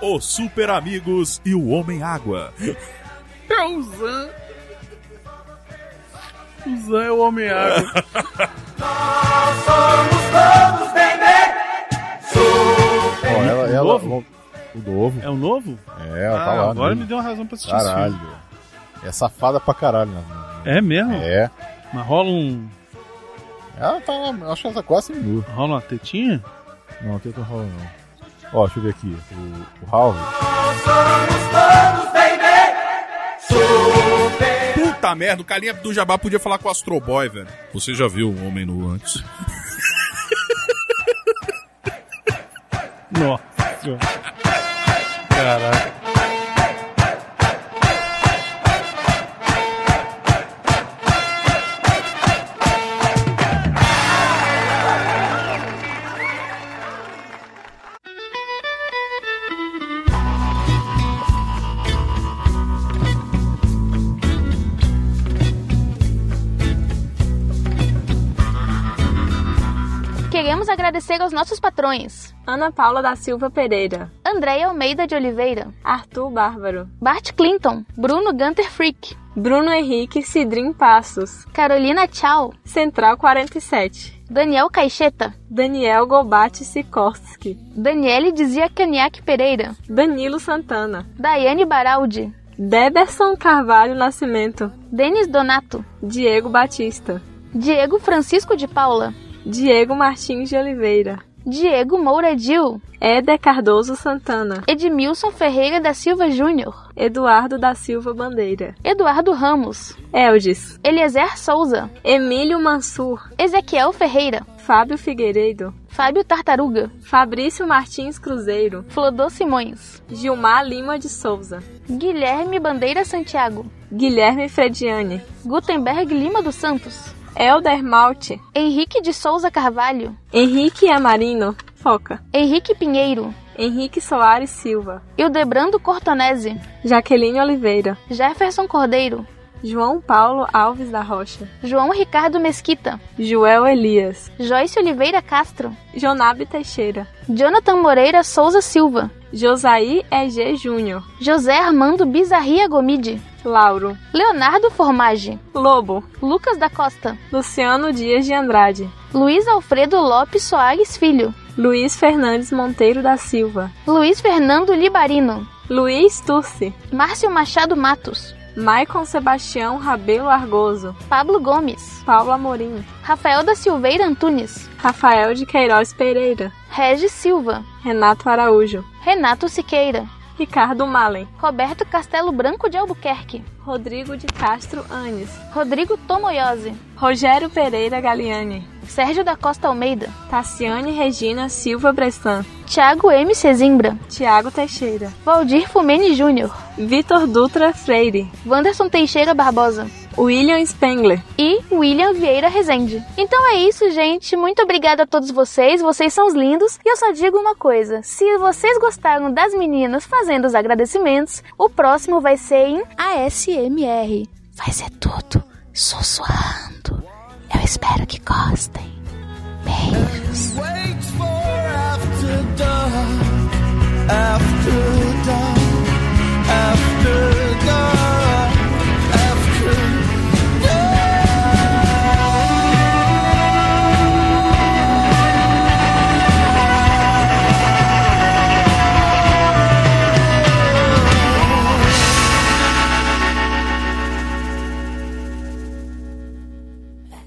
S2: O Super Amigos e o Homem Água.
S4: É o Zan. O Zan é o Homem-Água.
S8: Somos todos bebê
S1: É. Ó, ela, ela,
S4: novo?
S1: O novo.
S4: É o novo?
S1: É, ela tá
S4: Ah,
S1: lá.
S4: agora
S1: né?
S4: me assim. deu uma razão pra assistir esse
S1: Caralho. É safada pra caralho, né?
S4: filme. É mesmo?
S1: É.
S4: Mas rola um.
S1: Ela tá lá, acho que ela tá quase sem nu.
S4: Rola uma tetinha?
S1: Não, tem que rolar não. Ó, deixa eu ver aqui. O, o Halvey.
S8: Somos todos bebê
S2: Puta merda, o Calinha do Jabá podia falar com o Astroboy, velho. Você já viu o Homem Nu antes?
S4: Nossa. Caraca.
S11: Queremos agradecer aos nossos patrões: Ana Paula da Silva Pereira, Andréia Almeida de Oliveira, Arthur Bárbaro, Bart Clinton, Bruno Gunter Frick, Bruno Henrique Cidrim Passos, Carolina Tchau, Central 47, Daniel Caixeta, Daniel Gobate Sikorski, Daniele Dizia Caniac Pereira, Danilo Santana, Daiane Baraldi, Deberson Carvalho Nascimento, Denis Donato, Diego Batista, Diego Francisco de Paula, Diego Martins de Oliveira. Diego Moura Dil. Éder Cardoso Santana. Edmilson Ferreira da Silva Júnior. Eduardo da Silva Bandeira. Eduardo Ramos. Eldis. Eliezer Souza. Emílio Mansur. Ezequiel Ferreira. Fábio Figueiredo. Fábio Tartaruga. Fabrício Martins Cruzeiro. Flodô Simões. Gilmar Lima de Souza. Guilherme Bandeira Santiago. Guilherme Frediani. Gutenberg Lima dos Santos. Elder Malte. Henrique de Souza Carvalho. Henrique Amarino. Foca. Henrique Pinheiro. Henrique Soares Silva. Ildebrando Cortonese. Jaqueline Oliveira. Jefferson Cordeiro. João Paulo Alves da Rocha. João Ricardo Mesquita. Joel Elias. Joyce Oliveira Castro. Jonabe Teixeira. Jonathan Moreira Souza Silva. Josaí EG Júnior. José Armando Bizarria Gomide. Lauro. Leonardo Formage. Lobo. Lucas da Costa. Luciano Dias de Andrade. Luiz Alfredo Lopes Soares Filho. Luiz Fernandes Monteiro da Silva. Luiz Fernando Libarino. Luiz Turci. Márcio Machado Matos. Maicon Sebastião Rabelo Argoso. Pablo Gomes. Paulo Amorim. Rafael da Silveira Antunes. Rafael de Queiroz Pereira. Regis Silva. Renato Araújo. Renato Siqueira. Ricardo Malen. Roberto Castelo Branco de Albuquerque. Rodrigo de Castro Anes. Rodrigo Tomoyose. Rogério Pereira Galiani. Sérgio da Costa Almeida. Taciane Regina Silva Bressan. Tiago M. Cezimbra. Tiago Teixeira. Valdir Fumene Júnior. Vitor Dutra Freire. Wanderson Teixeira Barbosa. William Spengler. E William Vieira Rezende. Então é isso, gente. Muito obrigada a todos vocês. Vocês são os lindos. E eu só digo uma coisa: se vocês gostaram das meninas fazendo os agradecimentos, o próximo vai ser em ASMR. Vai ser é tudo sussurrando. Eu espero que gostem. Beijos.
S8: Waits for after dark After dark After dark After